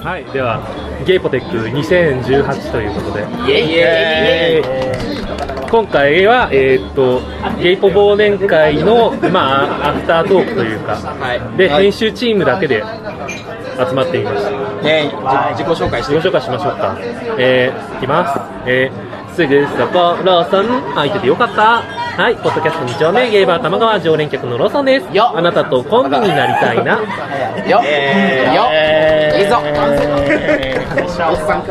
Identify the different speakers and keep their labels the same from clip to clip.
Speaker 1: はい、では、ゲイポテック2018ということで、
Speaker 2: イエイイエイイエイ
Speaker 1: 今回は、えーっとゲイポ忘年会の、まあ、アフタートークというか、
Speaker 2: はい
Speaker 1: で、
Speaker 2: はい
Speaker 1: 編集チームだけで集まっていました。
Speaker 2: ねじ自己紹介し
Speaker 1: 自己
Speaker 2: て
Speaker 1: 紹介しましょうか。えー、いきます。えー、すぐそこ、ローソン、空いててよかった。はい、ポッドキャスト2丁目、ゲイバー玉川常連客のローソンです。
Speaker 2: よ
Speaker 1: あなたとコンビになりたいな。
Speaker 2: よ、
Speaker 1: えー
Speaker 2: よいいぞ、
Speaker 1: えー
Speaker 2: おっさんか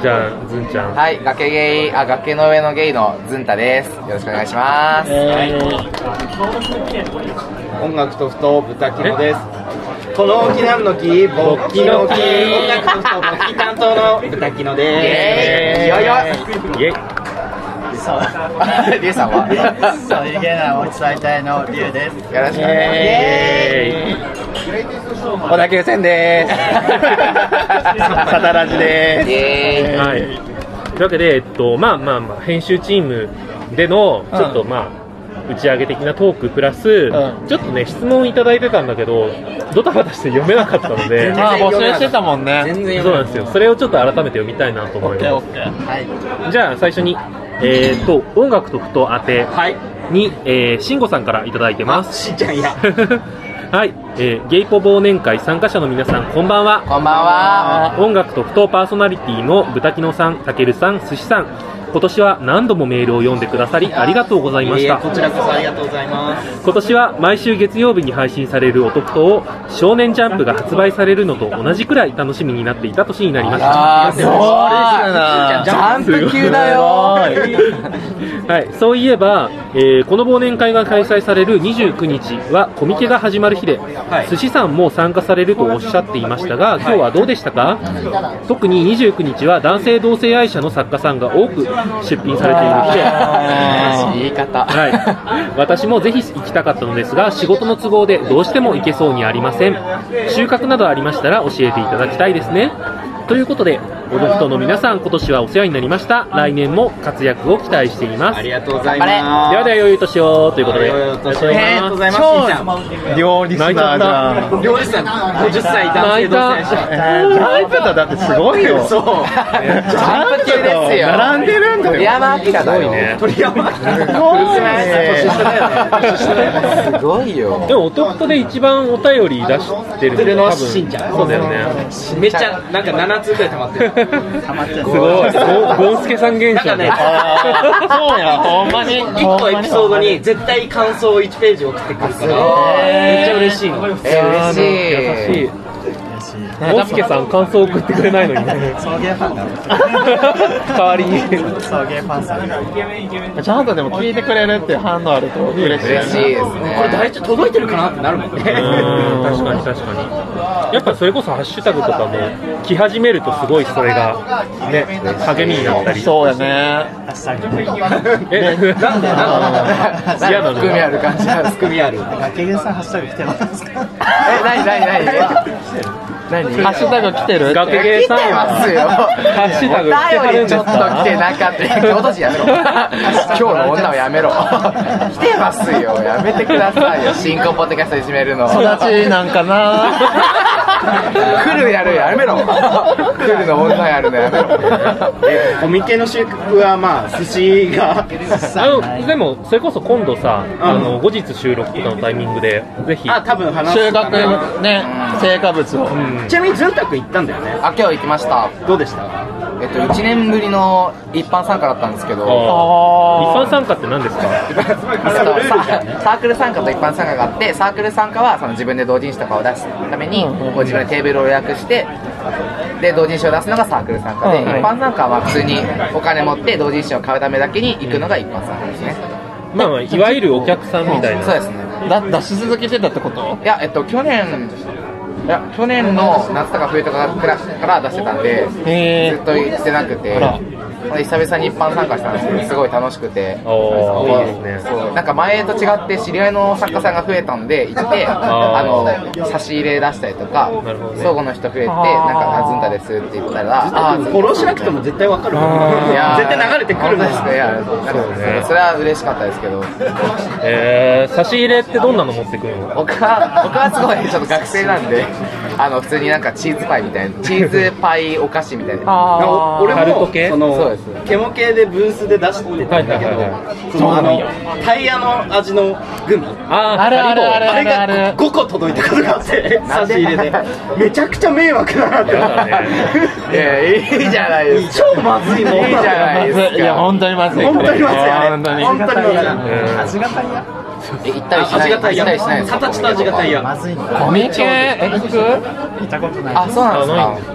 Speaker 1: じゃあ、ずんちゃん。
Speaker 2: はい崖ゲイあ崖の上のゲイのズンタですよろしくお願いします、
Speaker 3: 音楽とふと豚キノです。この沖縄の木、ぼっきの木。音楽とふとぼっき担当の豚キノ
Speaker 2: イエ
Speaker 3: で
Speaker 2: ー
Speaker 3: す。
Speaker 2: イよいよ
Speaker 1: イェイ。
Speaker 2: リュウさんは
Speaker 4: さりげないお伝え隊のリュウです。
Speaker 2: よろしくお
Speaker 1: イ
Speaker 2: 願いし
Speaker 1: ェ
Speaker 3: 小田急線です。サタラジ
Speaker 2: ますイ
Speaker 3: で
Speaker 2: エ
Speaker 1: イ。
Speaker 2: ーイ
Speaker 1: はい。というわけで、えっと、まあまあまあ、編集チームでの、ちょっとまあ、打ち上げ的なトークプラス、
Speaker 4: ん
Speaker 1: ちょっとね質問いただいてたんだけどドタバタして読めなかったので
Speaker 4: まあ募集してたもんね。
Speaker 3: 全然
Speaker 1: そう
Speaker 3: 読
Speaker 1: なんで
Speaker 3: めない
Speaker 1: すよ。それをちょっと改めて読みたいなと
Speaker 4: オ
Speaker 1: 思
Speaker 4: ッ
Speaker 1: い
Speaker 4: ケー
Speaker 1: ま
Speaker 4: オッケー。はい。
Speaker 1: す。じゃあ最初に、えー、と音楽とふと当て
Speaker 3: はい。
Speaker 1: に、えー、慎吾さんからいただいてます。
Speaker 3: しんちゃんや。
Speaker 1: はい、えーゲイポ忘年会参加者の皆さんこんばんは。
Speaker 2: こんばんは
Speaker 1: 音楽とふとパーソナリティの豚キノさん、たけるさん、すしさん。今年は何度もメールを読んでくださりありがとうございました。
Speaker 3: こちらこそありがとうございます。
Speaker 1: 今年は毎週月曜日に配信されるおとくとを少年ジャンプが発売されるのと同じくらい楽しみになっていた年になりました。
Speaker 2: あーすごいジャンプ級だよ
Speaker 1: はい、そういえば、えーこの忘年会が開催される29日はコミケが始まる日で、
Speaker 3: い
Speaker 1: 寿司さんも参加されるとおっしゃっていましたが、今日はどうでしたか、特に29日は男性同性愛者の作家さんが多く出品されている日で、
Speaker 2: あー言い方
Speaker 1: はい、私もぜひ行きたかったのですが仕事の都合でどうしても行けそうにありません収穫などありましたら教えていただきたいですねということでオドフトの皆さん今年はお世話になりました来年も活躍を期待しています
Speaker 3: あ
Speaker 1: で
Speaker 3: りがとうございます。
Speaker 1: はでは良いお年をということで
Speaker 3: 良いお年
Speaker 1: よ
Speaker 3: を
Speaker 1: ろしくお
Speaker 3: ありが
Speaker 1: 願いう
Speaker 3: と
Speaker 1: し
Speaker 3: ご
Speaker 1: ま
Speaker 3: ざいます。しんちゃん。
Speaker 4: 両リ
Speaker 1: スナーじゃ
Speaker 4: ん。
Speaker 3: 両日さん、50歳 男性同性者。
Speaker 4: ジャンプだだってすごいよ。
Speaker 3: そう。
Speaker 2: ジャンプ級ですよ
Speaker 4: 並んでるんだよ
Speaker 2: 鳥山明だよ
Speaker 3: 鳥山。
Speaker 2: 年下だよねすごいよ
Speaker 1: すでも男で一番お便り出してるのは多分
Speaker 3: しんちゃん
Speaker 1: そうだよね
Speaker 3: めっちゃなんか7つぐらい溜まってる。
Speaker 1: すごいゴンスケさん現象
Speaker 3: なんかね
Speaker 4: そうや、ほんまに。
Speaker 3: 一個エピソードに絶対感想を1ページ送ってくるからめっちゃ嬉しいの
Speaker 2: え嬉し
Speaker 1: 優し
Speaker 2: い
Speaker 1: いゴンスケさん感想送ってくれないのにね
Speaker 4: 送迎ファンだろ。
Speaker 1: 代わりに
Speaker 4: 送迎ファンさん。ちゃんとでも聞いてくれるっていう反応あると嬉しい。
Speaker 2: 嬉しいですね
Speaker 3: これ大丈夫届いてるかなってなるもんね
Speaker 1: 確かに確かにやっぱそれこそハッシュタグとかも来始めるとすごいそれがね励みになったり
Speaker 4: そうやね。
Speaker 1: え
Speaker 3: なんでなん
Speaker 1: あー嫌なの
Speaker 2: 含みある感じある
Speaker 3: で組ある
Speaker 4: 竹源さんハッシュタグ来てますか。
Speaker 2: え、なになになに何
Speaker 4: ハッシュタグ来てる。
Speaker 1: 学芸さんは
Speaker 2: 来てますよ
Speaker 1: ハッシュタグ来ては
Speaker 2: お
Speaker 1: る
Speaker 2: 便
Speaker 1: んで
Speaker 2: りち
Speaker 1: す
Speaker 2: ょっと
Speaker 1: か
Speaker 2: 来てなかった今年やめろ今日の女をやめろ来てますよやめてくださいよ新婚ポッドキャストいじめるの
Speaker 4: 育ちなんかな。
Speaker 2: 来るやるやめろ来るの女やるのやめろ
Speaker 3: コミケの収穫はまあ寿司が
Speaker 1: あのでもそれこそ今度さあの後日収録とかのタイミングでぜひ
Speaker 3: あ多分話
Speaker 4: 収
Speaker 3: すかな
Speaker 4: 穫ね、成果物を。
Speaker 3: ちなみにずんたく行ったんだよね
Speaker 2: あ今日行きました
Speaker 3: どうでした
Speaker 2: えっと1年ぶりの一般参加だったんですけど
Speaker 1: あー一般参加って何ですか
Speaker 2: ササークル参加と一般参加があってサークル参加はその自分で同人誌とかを出すために
Speaker 4: うんうん
Speaker 2: こう自分でテーブルを予約してで同人誌を出すのがサークル参加で
Speaker 4: う
Speaker 2: 一
Speaker 4: んうん
Speaker 2: 般参加は普通にお金持って同人誌を買うためだけに行くのが一般参加ですね
Speaker 1: まあまあいわゆるお客さんみたい
Speaker 2: そう
Speaker 1: な
Speaker 2: ですね
Speaker 4: だ出し続けてたってこと
Speaker 2: いやえっと去年いや去年の夏とか冬とかから出してたんで
Speaker 4: へ
Speaker 2: ずっと行ってなくて
Speaker 4: あら
Speaker 2: で久々に一般参加したんですけどすごい楽しくて
Speaker 1: おーいいですね
Speaker 2: そうなんか前と違って知り合いの作家さんが増えたんで行ってあ
Speaker 1: ー
Speaker 2: の差し入れ出したりとか
Speaker 1: なるほどね
Speaker 2: 相互の人増えて「なん
Speaker 4: あー
Speaker 2: か弾んだです」って言ったらあー
Speaker 3: フォローしなくても絶対わかる
Speaker 2: いやー
Speaker 3: 絶対流れてくるもん
Speaker 2: 本当ですねいやなんか
Speaker 1: ね
Speaker 2: それは嬉しかったですけど
Speaker 1: えー差し入れってどんなの持ってくるの
Speaker 2: 僕は僕はすごいちょっと学生なんであの普通になんかチーズパイみたいなチーズパイお菓子みたいな
Speaker 3: お俺
Speaker 1: タルト
Speaker 3: も
Speaker 1: 系
Speaker 3: そ
Speaker 2: そう
Speaker 3: の
Speaker 2: です
Speaker 3: ケモ系でブースで出してたんだけ
Speaker 1: はい
Speaker 3: ど
Speaker 1: はいは
Speaker 3: そのあのタイヤの味のグミ
Speaker 1: あー
Speaker 4: あるあるある
Speaker 3: あれが5個届いたことがあって差し入れでめちゃくちゃ迷惑だなって思
Speaker 1: やだ
Speaker 2: いやいいじゃないですか
Speaker 3: 超まずいもん
Speaker 2: いいじゃないですか
Speaker 4: いや本当にまずい
Speaker 3: 本当にまずいあれ
Speaker 4: 本当に
Speaker 3: 本当にまずい
Speaker 1: うん
Speaker 2: え行ったりしない
Speaker 3: 味がタイ
Speaker 2: 行ったりしない
Speaker 3: ヤ
Speaker 2: ですか
Speaker 3: 形と味がタイヤ
Speaker 4: コミケえ行く
Speaker 2: あそうなんです
Speaker 1: あない
Speaker 2: か
Speaker 1: んですか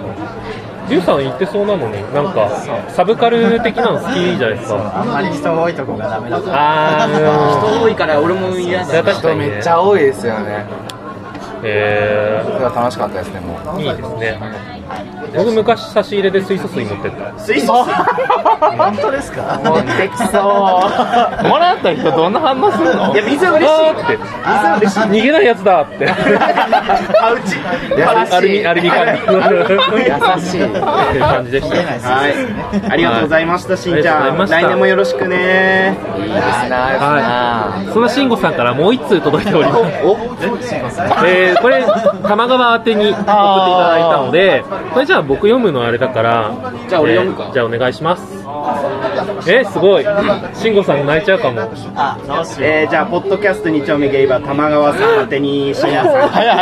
Speaker 1: ジュンさん言ってそうなのになんかサブカル的なの好きじゃないですか
Speaker 5: あんまり人多いとこがダメだと
Speaker 1: あー
Speaker 3: 人多いから俺も嫌だ
Speaker 1: 確か
Speaker 2: 人
Speaker 1: に
Speaker 2: め
Speaker 1: ね
Speaker 2: っちゃ多いですよね
Speaker 1: え
Speaker 2: それは楽しかったですねもう
Speaker 1: ー、いいですね僕昔差し入れで水素水持ってった
Speaker 3: 水 素
Speaker 5: 本当ですか
Speaker 2: 持ってきそう
Speaker 4: もらった人どんな反応するの
Speaker 3: いや水は嬉しい
Speaker 1: あーって逃げないやつだって
Speaker 3: あうち
Speaker 1: アルミアルミ缶
Speaker 2: 優しい
Speaker 1: っていう感じでした
Speaker 3: はいありがとうございましたしんち
Speaker 1: ありがとうござ
Speaker 3: ゃ
Speaker 1: い
Speaker 3: ん
Speaker 1: ました
Speaker 3: 来年もよろしくね
Speaker 2: いいですな
Speaker 1: はい、その慎吾さんからもう1通届いております、えーこれ、玉川宛てに送っていただいたので、これじゃあ、僕読むのあれだから、
Speaker 3: じゃあ俺読むか
Speaker 1: えーじゃあお願いします。えー、すごい、慎吾さん、泣いちゃうかも、
Speaker 5: あ、どうしよ
Speaker 3: えーじゃあポッドキャスト2丁目ゲイバー玉川さん宛てにしんち
Speaker 4: 早い早い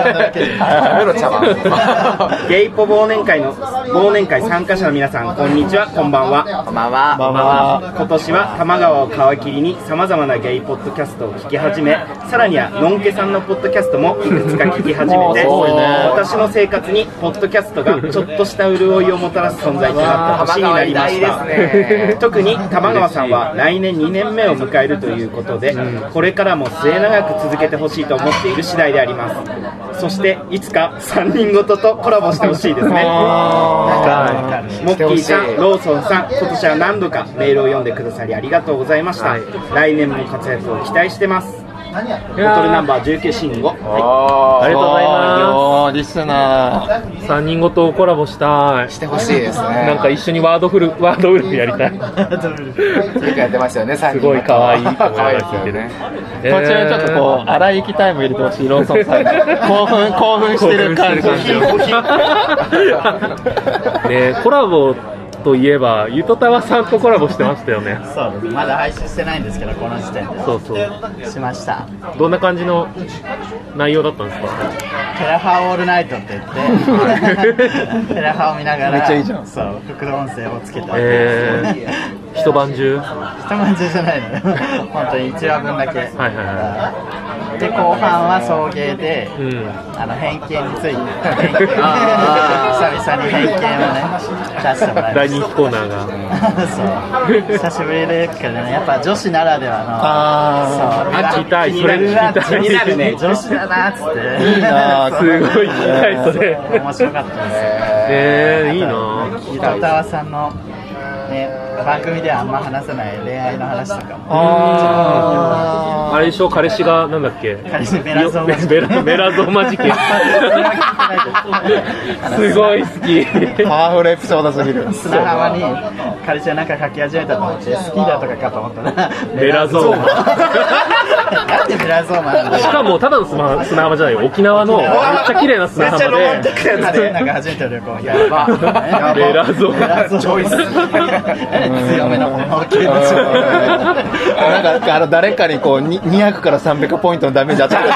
Speaker 2: やめろ茶
Speaker 3: ゃ
Speaker 2: 碗
Speaker 3: んゲイポ忘年会の忘年会参加者の皆さんこんにちはこんばんは
Speaker 2: こんばんは
Speaker 4: まあま
Speaker 3: 今年は玉川を皮切りにさまざまなゲイポッドキャストを聞き始めさらにはのんけさんのポッドキャストもいくつか聞き始めて
Speaker 4: うんおーすごいね
Speaker 3: 私の生活にポッドキャストがちょっとした潤いをもたらす存在となってほしいになりました
Speaker 2: 玉川偉大ですね
Speaker 3: 特に玉川さんは来年2年目を迎えるということでこれからも末永く続けてほしいと思っている次第でありますそしていつか3人ごととコラボしてほしいですね
Speaker 4: あ
Speaker 3: モッキーさん、ローソンさん、今年は何度かメールを読んでくださりありがとうございました。
Speaker 1: はい
Speaker 3: 来年も活躍を期待してます。ボトルナンバー19信号。
Speaker 1: ありがとうございま
Speaker 4: おーリスナー
Speaker 1: す、3人ごとコラボしたい
Speaker 2: し、てほしいですね
Speaker 1: なんか一緒にワードフルワードウルフやりたい。
Speaker 2: よくやってましたよね三
Speaker 1: す
Speaker 2: 人
Speaker 1: ごい可愛いと思いな
Speaker 2: 可愛
Speaker 1: が
Speaker 2: いで
Speaker 1: ら
Speaker 2: す
Speaker 1: 聞い
Speaker 2: よ
Speaker 1: てる
Speaker 2: ね。
Speaker 1: え
Speaker 4: 途中ちょっとこう、荒い息タイム入れてほしい、ローソンさんに。興奮、興奮してる感じ。
Speaker 1: 興奮してる感じ ねコラボといえばゆとたわさんとコラボしてましたよね
Speaker 5: そうですまだ配信してないんですけどこの時点
Speaker 1: そうそう
Speaker 5: でしました
Speaker 1: どんな感じの内容だったんですか
Speaker 5: テラハオールナイトって 言ってテラハを見ながら
Speaker 4: めっちゃいいじゃん
Speaker 5: そう副音声をつけたわけ
Speaker 1: え
Speaker 5: ですよ
Speaker 1: ー、一晩中は
Speaker 5: 一晩中じゃないのよ本当に1話分だけ、
Speaker 1: いはいは
Speaker 5: で後半は送迎で、
Speaker 1: いうん
Speaker 5: あの偏見について 偏見
Speaker 2: あ
Speaker 5: 久々に偏見をね出してもらいま
Speaker 1: 大
Speaker 5: し
Speaker 1: 人気コーナーが
Speaker 5: たそう久しぶりですけどねやっぱ女子ならではの
Speaker 4: あ
Speaker 5: そう
Speaker 1: あ聞きたいそれ
Speaker 5: う
Speaker 1: 聞
Speaker 5: わ
Speaker 1: きたい
Speaker 5: 気になるね
Speaker 1: す
Speaker 5: 女子だなっつって
Speaker 4: いいなあ
Speaker 5: そう
Speaker 1: ごい聞きたいそれ
Speaker 5: 面白かったです
Speaker 1: えー、いいな
Speaker 5: 伊藤たわさんの、ね、番組ではあんま話さない恋愛の話とかも
Speaker 1: ああれでしょ彼氏がなんだっけ
Speaker 5: 彼氏ベラゾーマ事件
Speaker 1: ベラベラゾーマ事件すごい好き
Speaker 4: ー。パワフルエピソードすぎる。
Speaker 5: 砂浜に彼氏がなんか書き始めたと思ってスキーだとかかと思ったら
Speaker 1: ベラゾーマ
Speaker 5: なんでベラゾーマなんだ
Speaker 1: し
Speaker 5: よ
Speaker 1: かもただの砂砂浜じゃないよ沖縄のめっちゃ綺麗な砂浜
Speaker 3: めっちゃロマンティック
Speaker 1: で
Speaker 3: だよ
Speaker 5: なんでなんか初めての旅行みたい
Speaker 2: ば
Speaker 5: な
Speaker 1: ベラゾーマ
Speaker 5: ベラゾーマ
Speaker 2: チョイス
Speaker 5: え強めの本気の
Speaker 4: なんか、あの、誰かにこう、に200から300ポイントのダメージ当たる。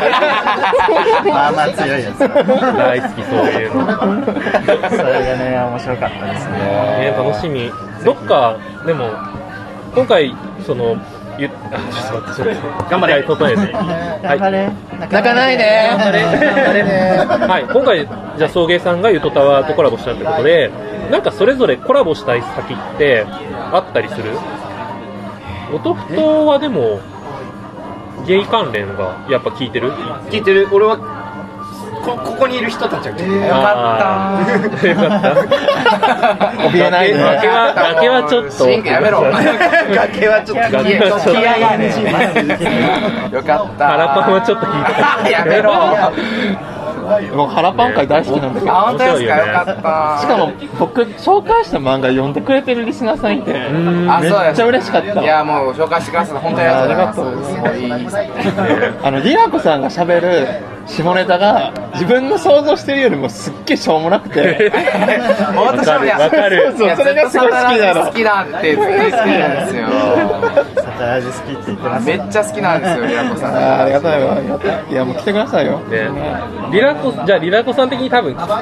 Speaker 5: まあまあ強いやつそれ
Speaker 1: 大好きそういうの、
Speaker 5: がね面白かったですね
Speaker 1: ね、楽しみどっかでも今回そのゆ あちょっと待ってちょっと頑張れ答えて
Speaker 5: 頑張れ
Speaker 4: 泣かないで
Speaker 1: はい今回じゃあ送迎さんがゆとたわとコラボしたってことでなんかそれぞれコラボしたい先ってあったりする音ふとはでもゲイ関連がやっぱ聞い てる
Speaker 3: 聞いてる俺はこここにいる人たちが聞いてる
Speaker 1: よかった。よかった。
Speaker 4: 怯えないで。
Speaker 1: 崖は、崖はちょっと。
Speaker 2: シンクやめろ
Speaker 3: 崖はちょっと
Speaker 1: 崖はちょっと。
Speaker 5: やいやね
Speaker 2: よかった
Speaker 1: 腹パンはちょっと引いた
Speaker 2: やめろあ
Speaker 4: 僕、腹パン会大好きなんだけど。
Speaker 2: 本当ですかよか
Speaker 4: し
Speaker 2: っ
Speaker 4: かも、僕、紹介した漫画読んでくれてるリスナーさんいて、
Speaker 1: ん
Speaker 2: たあ
Speaker 4: めっ
Speaker 2: そうです
Speaker 4: ちゃ嬉しかっ
Speaker 2: い
Speaker 4: た。
Speaker 2: やもう紹介してくださって本当にありがとうございますもういい
Speaker 4: あの、りなこさんが喋る下ネタが自分の想像してるよりもすっげえしょうもなくて
Speaker 2: 私もいや
Speaker 4: わかる
Speaker 2: そうそう
Speaker 4: それがすごい好きなの
Speaker 2: 好きだ って好きなんですよ
Speaker 5: サタラジ好きって言ってます
Speaker 2: めっちゃ好きなんですよリラコさ
Speaker 4: あ
Speaker 2: ん
Speaker 4: ーありがたいわありがたいいやもう来てくださいよ
Speaker 1: ね、リラコじゃあリラコさん的に多分きっと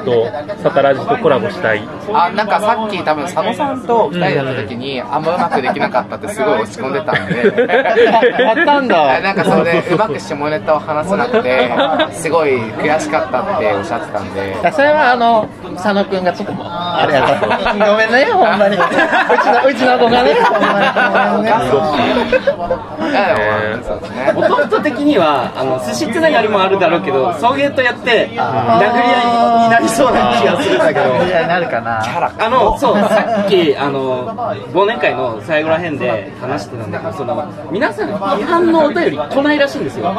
Speaker 1: サタラジとコラボしたい
Speaker 2: あなんかさっき多分佐野さんと2人でやった時にあんまうまくできなかったってすごい落ち込んでたん で
Speaker 4: やったんだ
Speaker 2: あなんかそれでうまく下ネタを話せなく てすごい悔しかったっておっしゃってたんで
Speaker 4: いやそれはあの佐野くんがちょっともうあれやからごめんねほんまにうちのうちの子 がねほんまにごめんね
Speaker 2: いやでもそうですね
Speaker 3: 弟的にはあの寿司つながりもあるだろうけど送迎とやって殴り合いになりそうな気がするんだけど
Speaker 5: いやなるかな
Speaker 3: あのそうさっきあの忘年会の最後らへんで話してたんだけどその皆さん批判のお便り来ないらしいんですよ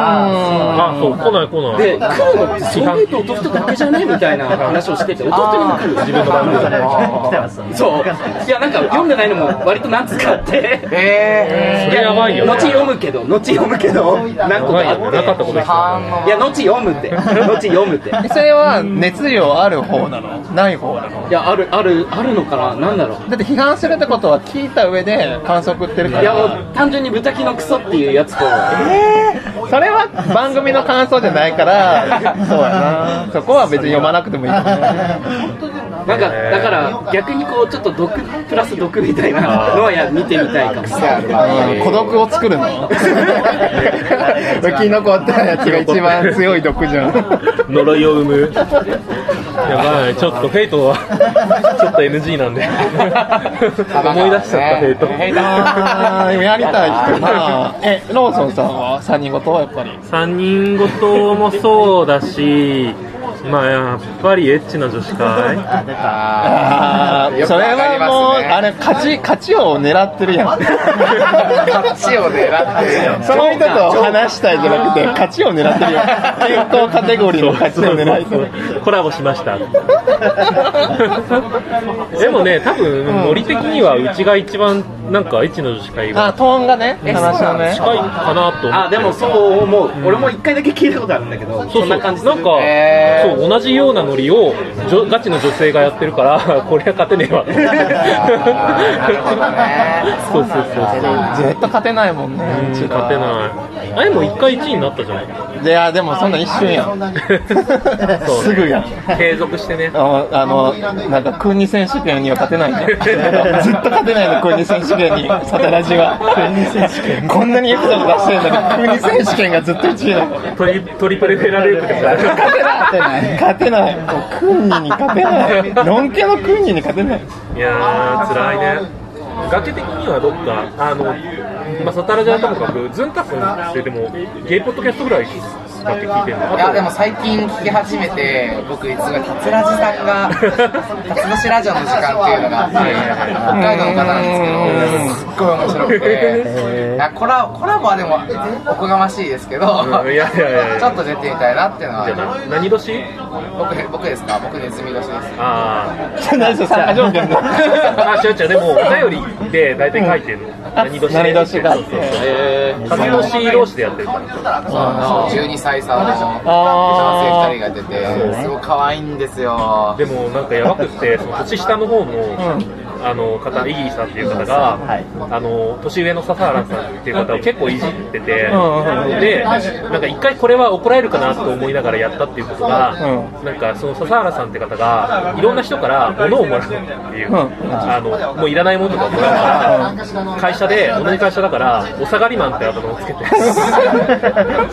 Speaker 1: あそう来ない来ない
Speaker 3: で来るのって送迎と弟だけじゃねみたいな話をしてて弟にも来る自分の番
Speaker 5: それ来てます
Speaker 3: そういやなんか読んでないのも割と何つかあって
Speaker 2: え
Speaker 1: それやばいよね
Speaker 3: 後読むけど後読むけど何個
Speaker 1: 怖い
Speaker 3: か
Speaker 1: よねな
Speaker 3: あ
Speaker 1: かったこ
Speaker 3: っ
Speaker 1: とで
Speaker 2: ー
Speaker 1: すよ
Speaker 2: 反
Speaker 1: ね
Speaker 2: 応
Speaker 3: ていや後読むって 後読むって
Speaker 4: それは熱量ある方なのない方なの
Speaker 3: いやあるあるあるのかななんだろう
Speaker 4: だって批判するってことは聞いた上で感想送ってるか
Speaker 3: いや
Speaker 4: ら
Speaker 3: もう単純に豚キのクソっていうやつと
Speaker 4: それは番組の感想じゃないからそうやなそこは別に読まなくてもいいと思う
Speaker 3: なんかだから逆にこうちょっと毒プラス毒みたいなのはや見てみたいかも
Speaker 4: うん孤 独を作るのキノコってやつが一番強い毒 じゃん
Speaker 1: 呪いを生むやばいちょっとフェイトは ちょっと NG なんで思い出しちゃったフェイト
Speaker 2: ヘイト
Speaker 4: あーやりたい人な えローソンさんは3人ごとはやっぱり
Speaker 1: 三人ごともそうだしまあやっぱりエッチな女子会
Speaker 4: あー
Speaker 2: よく
Speaker 4: そ
Speaker 2: わ
Speaker 4: れ
Speaker 2: かり
Speaker 4: はもう、
Speaker 2: ますね
Speaker 4: あれ勝ち勝ちを狙ってるや ん
Speaker 2: 勝ちを狙って
Speaker 4: その人と話したいじゃなくて勝ちを狙ってるやん健康カテゴリーの勝ちを狙いたい
Speaker 1: コラボしましたでもね多分ノリ的にはうちが一番なんかエッチな女子会
Speaker 4: あ
Speaker 1: が
Speaker 4: トーンがね話のね
Speaker 1: 近いかなと思って
Speaker 3: あでもそう思う、俺も一回だけ聞いたことあるんだけど
Speaker 1: そうそう
Speaker 3: そんな感じ
Speaker 1: なんか、
Speaker 2: へー
Speaker 1: そう同じようなノリをじょガチの女性がやってるから これは勝てねえわと思って
Speaker 2: なるほどね
Speaker 1: そうそうそうそう
Speaker 4: 絶対勝てないもんね
Speaker 1: うん
Speaker 4: うち
Speaker 1: 勝てないあれも一回一位になったじゃない
Speaker 4: いやでもそんな一瞬やん
Speaker 1: そう
Speaker 4: すぐやん
Speaker 1: 継続してね
Speaker 4: ああのなんか国選手権には勝てないねずっと勝てないの国選手権にサタラジはこんなにエピソード出してるのに国選手権がずっと1位なの
Speaker 1: トリトリプルフェラループで
Speaker 4: 勝てない勝てない勝てないに勝てないのんけのクンニに勝てない
Speaker 1: いやー辛いね崖的にはどっかあのまあサタラジャーともかくズンタ君ってでもゲイポッドキャストぐらいだって聞いてるの
Speaker 2: いやで
Speaker 1: あ
Speaker 2: も最近聞き始めて僕いつも辰ラジさんが辰年ラジオの時間っていうのがあって北海道の方なんですけどすっごい面白くていやコラコラボはでもおこがましいですけど
Speaker 1: うんいやいやいやいや
Speaker 2: ちょっと出てみたいなっていうの
Speaker 1: とじゃ
Speaker 2: は
Speaker 1: ない何年
Speaker 2: 僕僕ですか僕ネズミ年です
Speaker 1: あー
Speaker 4: じゃあ何それ参加条件だ
Speaker 1: あ違う違うでもお便りで大体書いてるの何年
Speaker 4: 何年か
Speaker 1: そうそうそう風年同士でやってるから
Speaker 2: 12歳差の
Speaker 4: あ
Speaker 2: 男性2人が出てすごい可愛いんですよ
Speaker 1: でもなんかやばくってその年下の方の、あの方イギーさんっていう方が、
Speaker 5: はい
Speaker 1: あの年上の笹原さんっていう方を結構いじってて、
Speaker 4: んうんうん
Speaker 1: でなんか一回これは怒られるかなと思いながらやったっていうことが、なんかその笹原さんって方がいろんな人から物をもらうっていう、
Speaker 4: うん
Speaker 1: あのもういらないものとかもらうから、会社で同じ会社だからお下がりマンって頭をつけ て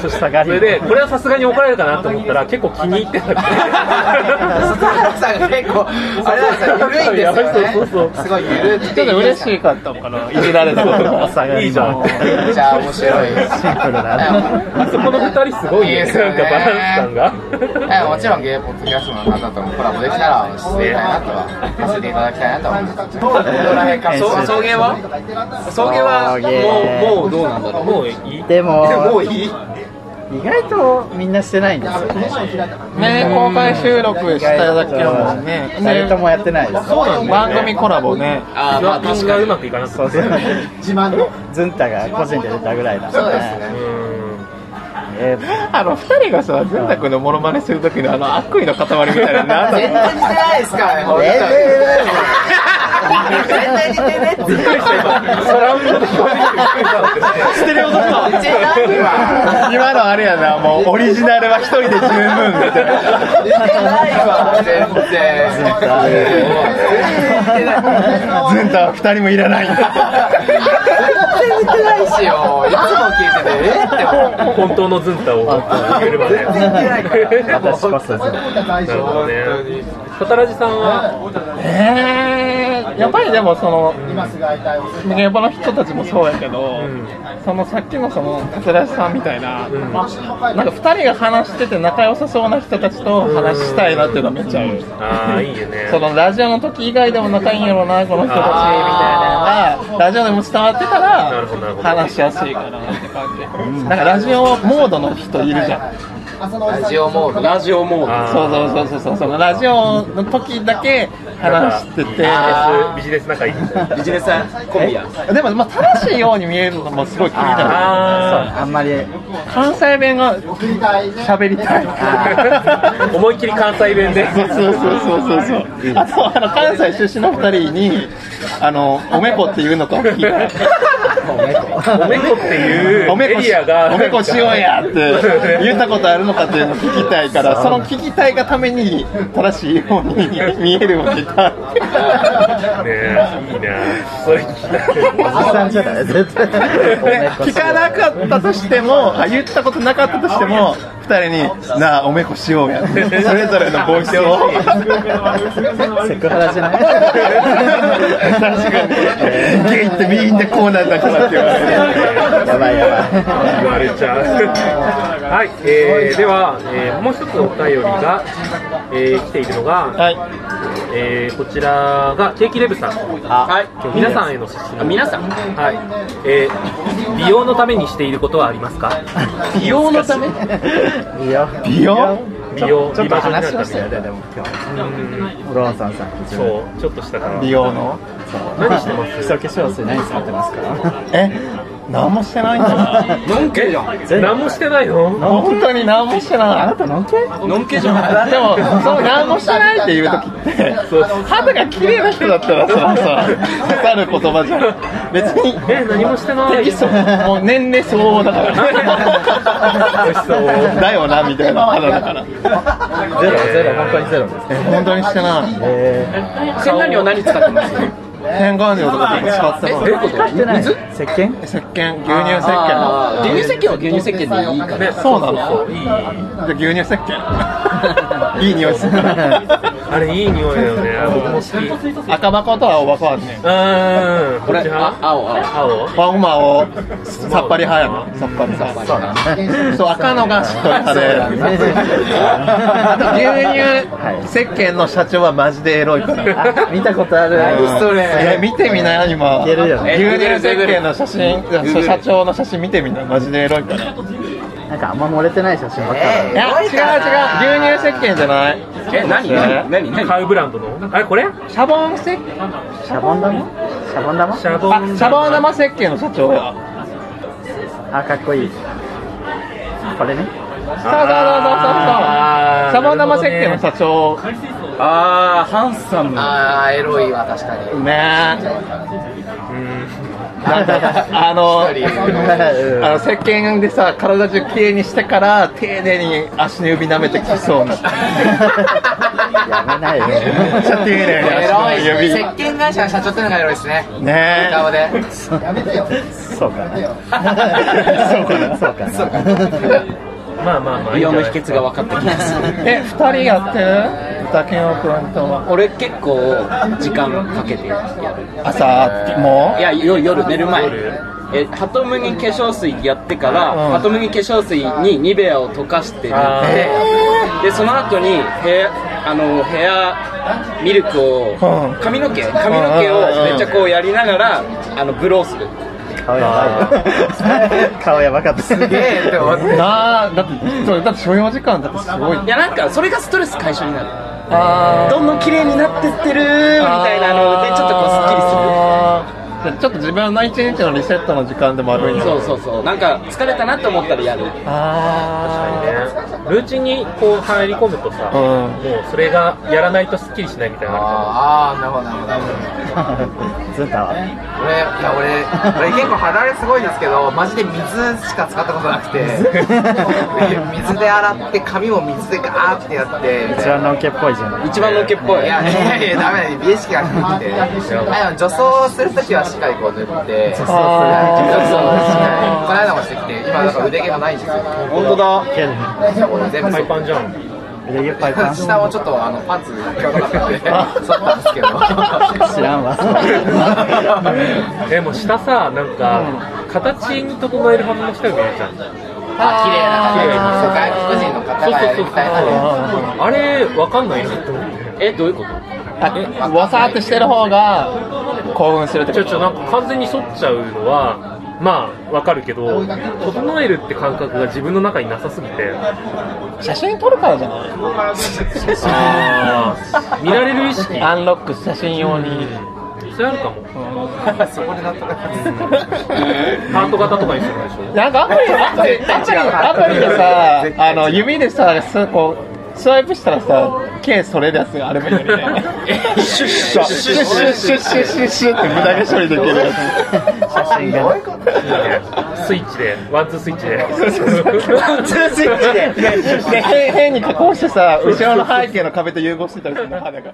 Speaker 1: そしてそれでこれはさすがに怒られるかなと思ったら結構気に入ってたみた い
Speaker 2: 笹
Speaker 1: で
Speaker 2: 原さんが結構あれなんですよ緩いんですよね
Speaker 1: そうそうそう
Speaker 2: すごい緩くて
Speaker 4: ちょっと嬉しかったのかないじられたことが
Speaker 1: いいじゃん
Speaker 2: めっちゃ面白い
Speaker 5: シンプルだ
Speaker 1: あそこの二人すごい
Speaker 2: いい
Speaker 1: ね、
Speaker 2: ですよ
Speaker 1: な
Speaker 2: ね
Speaker 1: んかバランス感が。
Speaker 2: えもちろんゲイポッドキャストの方ともコラボできたらしていたいなとはさせていただきたいなとは思います
Speaker 3: 送送迎は送迎
Speaker 5: 送迎
Speaker 3: はもうもうどうなんだろう
Speaker 1: もういい
Speaker 5: で
Speaker 3: も
Speaker 5: も
Speaker 3: ういい
Speaker 5: 意外とみんなしてないんですよね
Speaker 4: ね公開収録しただけだもんね
Speaker 5: 誰ともやってないです
Speaker 4: そうなん番組コラボね
Speaker 3: あ
Speaker 1: まあ、確がうまくいかなくて。
Speaker 5: 自慢のズンタが個人で出たぐらいだ
Speaker 2: そうですね
Speaker 1: うーん
Speaker 5: え
Speaker 4: あの二人がさ善太君のモノマネする時のあの悪意の塊みたいなのなんだ
Speaker 2: 全
Speaker 4: ろう
Speaker 2: 然似てないですからね、本
Speaker 5: 全然
Speaker 2: 当に。絶対似てねって。
Speaker 3: ステレオだった
Speaker 2: 違うわ。
Speaker 4: 今のあれやなもうオリジナルは一人で十分みたいな
Speaker 2: 似てないわ、全然。
Speaker 4: 善太は二人もいらない
Speaker 2: 全然似てないしよ。いつも聞いてて、えって思って。
Speaker 1: 本当のズンタを作ればね。
Speaker 2: 全然似てないから。
Speaker 5: 私こそ
Speaker 1: なるほどね。サタラジさんは、
Speaker 4: えー、やっぱりでもその現場の人たちもそうやけど、
Speaker 1: ん
Speaker 4: そのさっきのその桂さんみたいな、
Speaker 1: ん
Speaker 4: なんか2人が話してて仲良さそうな人たちと話したいなっていうのはめっちゃある、
Speaker 1: ああ、いいよね。
Speaker 4: そのラジオの時以外でも仲いいんやろうなこの人たちみたいなのがラジオでも伝わってた
Speaker 1: なるほどなる
Speaker 4: ら
Speaker 1: ほど
Speaker 4: 話しやすいかなって感じ、なんかラジオモードの人いるじゃん
Speaker 2: ラジオモード。
Speaker 3: ラジオモー
Speaker 1: あー
Speaker 4: そうそうそうそうそうそのラジオの時だけ話してて
Speaker 1: ビジネス、ビジネス仲いいみたいな。
Speaker 3: ドビジネスコンビや
Speaker 4: でも、まあ、正しいように見えるのもすごい気にな
Speaker 1: あ
Speaker 5: あんまり
Speaker 4: る。関西弁が喋りたい。
Speaker 1: あ、思いっきり関西弁で。
Speaker 4: そうそうそうそうそうそう。あと、あの、関西出身の二人に、あの、おめこっていうのかを聞いた。
Speaker 1: おめこっていう
Speaker 4: おめこ
Speaker 1: エ
Speaker 4: し
Speaker 1: リアが
Speaker 4: おめこしよう やって言ったことあるのかっていうのを聞きたいからその聞きたいがために正しいように見えるわけだ
Speaker 1: ねえ、いいな。それ聞き
Speaker 5: おじさんじゃない絶対
Speaker 4: で聞かなかったとしてもあ言ったことなかったとしても2人に「なあおめこしようや」それぞれのボイスを
Speaker 5: セクハラじゃない
Speaker 4: 確かにゲイってみんなこうなんだからって言われる
Speaker 5: やばいやばい
Speaker 1: 言われちゃ う。はい、えー、では、えーもう一つお便りが、えー来ているのが、
Speaker 4: はい
Speaker 1: えーこちらがケーキレブさん。
Speaker 3: はい
Speaker 1: 皆さんへの質問
Speaker 3: 皆さん
Speaker 1: はい、えー美容のためにしていることはありますか
Speaker 3: 美容のため
Speaker 5: いいよ
Speaker 4: 美容
Speaker 1: 美容
Speaker 5: ちょっ
Speaker 1: 美
Speaker 5: と
Speaker 1: 魔女にな
Speaker 5: 話
Speaker 1: る
Speaker 5: し
Speaker 1: ために
Speaker 5: ましたよねでも今
Speaker 1: うん
Speaker 5: 日ローソンさん一応
Speaker 1: そうちょっとしたから
Speaker 4: 美容の
Speaker 1: 何してます
Speaker 5: 基礎化粧水何使ってますか
Speaker 4: え何もしてないんだな
Speaker 3: のんけじゃん
Speaker 1: 何もしてないの
Speaker 4: 本当に何もしてない
Speaker 5: あなたのんけ
Speaker 3: のんけじゃん
Speaker 4: でも、その何もしてないっていう時って、肌が綺麗な人だったらさ、さ刺さる言葉じゃん。別 に、
Speaker 1: え何もしてない
Speaker 4: テキストもう年齢相応だか
Speaker 1: 美味しそう
Speaker 4: ら。だよな、みたいな肌だから。
Speaker 5: ゼロゼロ本当にゼロですね
Speaker 4: 本当にしてない。
Speaker 3: 洗顔料何使ってます
Speaker 4: 洗顔料とか結構使って
Speaker 3: どういう
Speaker 4: た
Speaker 3: こと
Speaker 5: してない石鹸
Speaker 4: 石鹸、牛乳石鹸。
Speaker 3: 牛乳石鹸は牛乳石鹸でいいから
Speaker 1: ね
Speaker 4: そうなの
Speaker 1: そうそういい
Speaker 4: じゃあ牛乳石 鹸。いい匂いする。
Speaker 1: あれいい匂いだよね 僕も好きう
Speaker 4: 赤箱と青箱あるね。
Speaker 1: ーんこっち
Speaker 3: あ
Speaker 1: 派
Speaker 3: 青青
Speaker 1: 青
Speaker 4: ワンマをさっぱり派やな。さっぱり派。
Speaker 5: そうなのね
Speaker 4: そう赤のがしっとり派で、あと牛乳石鹸の社長はマジでエロいから。
Speaker 5: あ見たことある
Speaker 4: 何
Speaker 3: それ
Speaker 4: え見てみなよ今
Speaker 5: いけるよね
Speaker 4: 牛乳石鹸の写真そう社長の写真見てみなマジでエロいからい
Speaker 5: なんかあんま漏れてない写真ばっか
Speaker 2: え
Speaker 5: り
Speaker 4: や違う違う牛乳石鹸じゃない
Speaker 3: え何何何何
Speaker 1: 買うブランドのあれこれ
Speaker 4: シャボン石シ
Speaker 5: シャボン玉シャボン玉
Speaker 1: シャボ
Speaker 4: あ
Speaker 1: ン
Speaker 4: シャボン玉石鹸の社長や
Speaker 5: あかっこいいこ れね
Speaker 4: そうそうそうそうそう
Speaker 1: あー
Speaker 4: シャボン玉石鹸の社長
Speaker 3: ああハンサム
Speaker 2: あー、エロいわ、確かに。
Speaker 4: ね
Speaker 1: うん
Speaker 4: なんかあの
Speaker 2: 一人
Speaker 4: あの石鹸でさ体中きれいにしてから丁寧に足の指舐めてきそうな
Speaker 5: やめないよ
Speaker 4: めっちゃ丁寧に
Speaker 2: エ
Speaker 4: 足
Speaker 2: ロい
Speaker 4: の
Speaker 2: 石
Speaker 4: 指
Speaker 2: 鹸会社の社長ってのがエロいですね。
Speaker 4: ねえ
Speaker 2: 顔で。
Speaker 5: そうかな
Speaker 4: そうかな
Speaker 5: そうか
Speaker 2: そうか
Speaker 1: まあまあまあ
Speaker 3: 美容の秘
Speaker 1: いいんじ
Speaker 3: 訣が分かってきます
Speaker 4: え二人やってる歌健吾君とは
Speaker 3: 俺結構時間かけてやる
Speaker 4: 朝も
Speaker 3: いや夜夜寝る前えハトムギ化粧水やってから、
Speaker 4: うん
Speaker 3: ハトムギ化粧水にニベアを溶かして塗
Speaker 1: あ
Speaker 3: っ
Speaker 1: ー
Speaker 3: てでその後にヘアあのヘアミルクを
Speaker 4: うん
Speaker 3: 髪の毛髪の毛
Speaker 4: うんうんうん
Speaker 3: をめっちゃこうやりながらあのブローする
Speaker 5: 顔やばいよ 顔やばかったす
Speaker 2: すげえって思って。
Speaker 4: うなあだってそうだって所要時間だってすごい
Speaker 3: いやなんかそれがストレス解消になる
Speaker 4: あ
Speaker 3: どんどん綺麗になってってるみたいなのでちょっとこうすっきりする
Speaker 4: あちょっと自分の一日のリセットの時間でもあるんや
Speaker 6: そうそうそうなんか疲れたなって思ったらやる
Speaker 4: あ
Speaker 1: ルーチンにこう入り込むとさ、
Speaker 4: うん
Speaker 1: もうそれがやらないとスッキリしないみたいなのあるから
Speaker 2: ああなるほどなるほどなるほど
Speaker 5: ずたは
Speaker 2: 俺いや俺俺結構肌荒れすごいんですけどマジで水しか使ったことなくて水で洗って髪も水でガーってやって
Speaker 5: 一番のんけっぽいじゃない
Speaker 6: 一番のっけっぽい
Speaker 2: いやいやいやダメだね美意識が低くてあでも女装するときはしっかりこう塗って女装するこの間もしてきて今なんか腕毛がないんですよ
Speaker 3: 本当だ
Speaker 5: けどね
Speaker 2: 全部そう
Speaker 1: パンじゃん。
Speaker 5: 腕毛パイパン
Speaker 2: 下もちょっとあのパンツ今日なかって剃ったんですけど
Speaker 5: 知らんわ
Speaker 1: でも下さ、なんか、形に整えるはずの下が見えちゃうん。
Speaker 2: あ綺麗な方外国人の方がやるみたいなね
Speaker 1: あれ、わかんないなって思って。
Speaker 6: えどういうこと
Speaker 4: あわさーってしてる方が興奮するって
Speaker 1: ち
Speaker 4: こ
Speaker 1: ょちょ、なんか完全に剃っちゃうのは、まあ、わかるけど、整えるって感覚が自分の中になさすぎて、
Speaker 4: と写真撮るからじゃ ない
Speaker 1: 見られる意識、
Speaker 4: アンロック写真用に
Speaker 1: それあるかも。うんハート型とかにするんでし ょ
Speaker 4: なんかアプリアプリアプリアプリでさあの指でさすこうスワイプしたらさ毛それですよあれもいいよみたいなシュッシュッシュッシュッシュッシュッシュッシュッって無駄毛処理できるや
Speaker 5: 写真がね
Speaker 1: いいねスイッチで、ワンツースイッチで。
Speaker 4: つスイッチでで変変に加工してさ後ろの背景の壁と融合してたりするの肌が。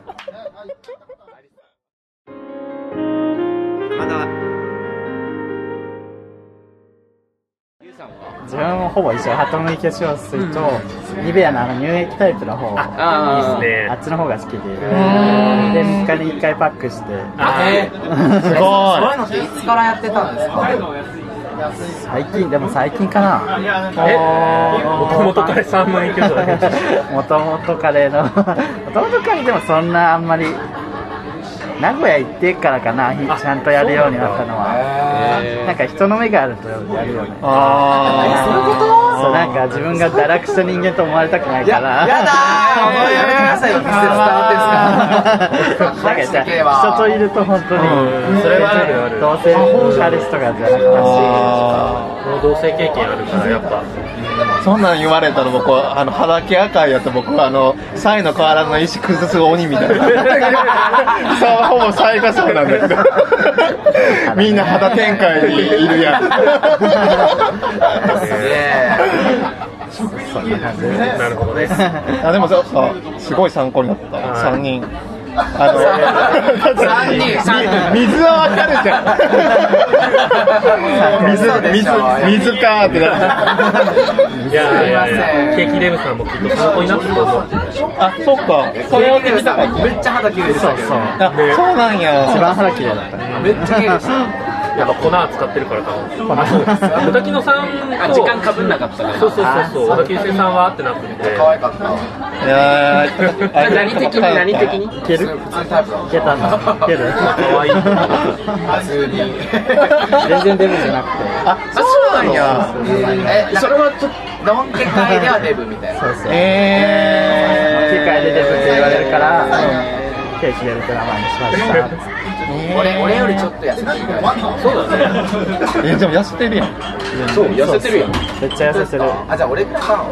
Speaker 5: 自分もほぼ一緒ハトムイ化粧水とニベアのあの乳液タイプの方あ
Speaker 6: あ
Speaker 1: いいっすね
Speaker 5: っちの方が好きでで3日に1回パックして
Speaker 1: あえ
Speaker 4: すごい
Speaker 2: そういうのっていつからやってたんですか
Speaker 5: 最近でも最近か な
Speaker 1: えもともと彼3万円いけるじゃない
Speaker 5: もともとカレーのもともとカレーでもそんなあんまり名古屋行ってからかなひちゃんとやるようになったのはなんか人の目があるとやるよね
Speaker 4: あ
Speaker 5: そういうことそうなんか自分が堕落した人間と思われたくないか
Speaker 2: や
Speaker 5: ら
Speaker 2: だーお前やめてくださいよ季節伝わってんすから
Speaker 5: なんかじゃあ人といると本当
Speaker 1: う
Speaker 5: に
Speaker 1: んそれはあるある
Speaker 5: 同性彼氏とかじゃなく
Speaker 4: あ
Speaker 1: もう同性経験あるからやっぱ
Speaker 4: そんなん言われたら僕はあの肌毛赤いやつ僕はあのサイの河原の石崩す鬼みたいなさあほぼサイがそうなんだけどみんな肌展開にいるやん
Speaker 1: なるほどね
Speaker 4: あでもそうそうすごい参考になった
Speaker 1: はい
Speaker 4: 3人あの
Speaker 2: 三 人三人
Speaker 4: み 水はわかるじゃん
Speaker 2: そうでしょ
Speaker 4: 水水水かーってなる
Speaker 1: いやいやいや
Speaker 2: すいませ
Speaker 1: ケーキレブさんもきっと参考になってると思う
Speaker 4: あそっかそれを聞きたかっ
Speaker 2: めっちゃ肌綺麗でしたけどね
Speaker 4: たあそうなんや
Speaker 5: 一番腹綺麗だったね
Speaker 2: めっちゃ綺麗でした
Speaker 1: やっぱ粉使ってるからかも 小田木さんと
Speaker 6: 時間かぶんなかったから
Speaker 1: そうそうそうそう小田急線さんはってなってて
Speaker 2: 可愛かった
Speaker 4: いや ーあ
Speaker 6: 何的に何的に
Speaker 5: いける
Speaker 2: 普通にタイプだ
Speaker 5: いけたんだいける
Speaker 1: 可愛い
Speaker 2: 普通に
Speaker 5: 全然デブじゃなくて
Speaker 4: あそうなんや
Speaker 2: えそれはちょっとドンケ会ではデブみたいな
Speaker 4: え
Speaker 5: 世界でデブって言われるから
Speaker 2: え
Speaker 5: ケーキでウルトラマンにしました
Speaker 2: 俺俺よりちょっと痩せてるぐらい
Speaker 1: そうだね
Speaker 4: ー、えでも痩せてるやん
Speaker 6: そう痩せてるやん
Speaker 5: めっちゃ痩せてる
Speaker 2: あじゃあ俺か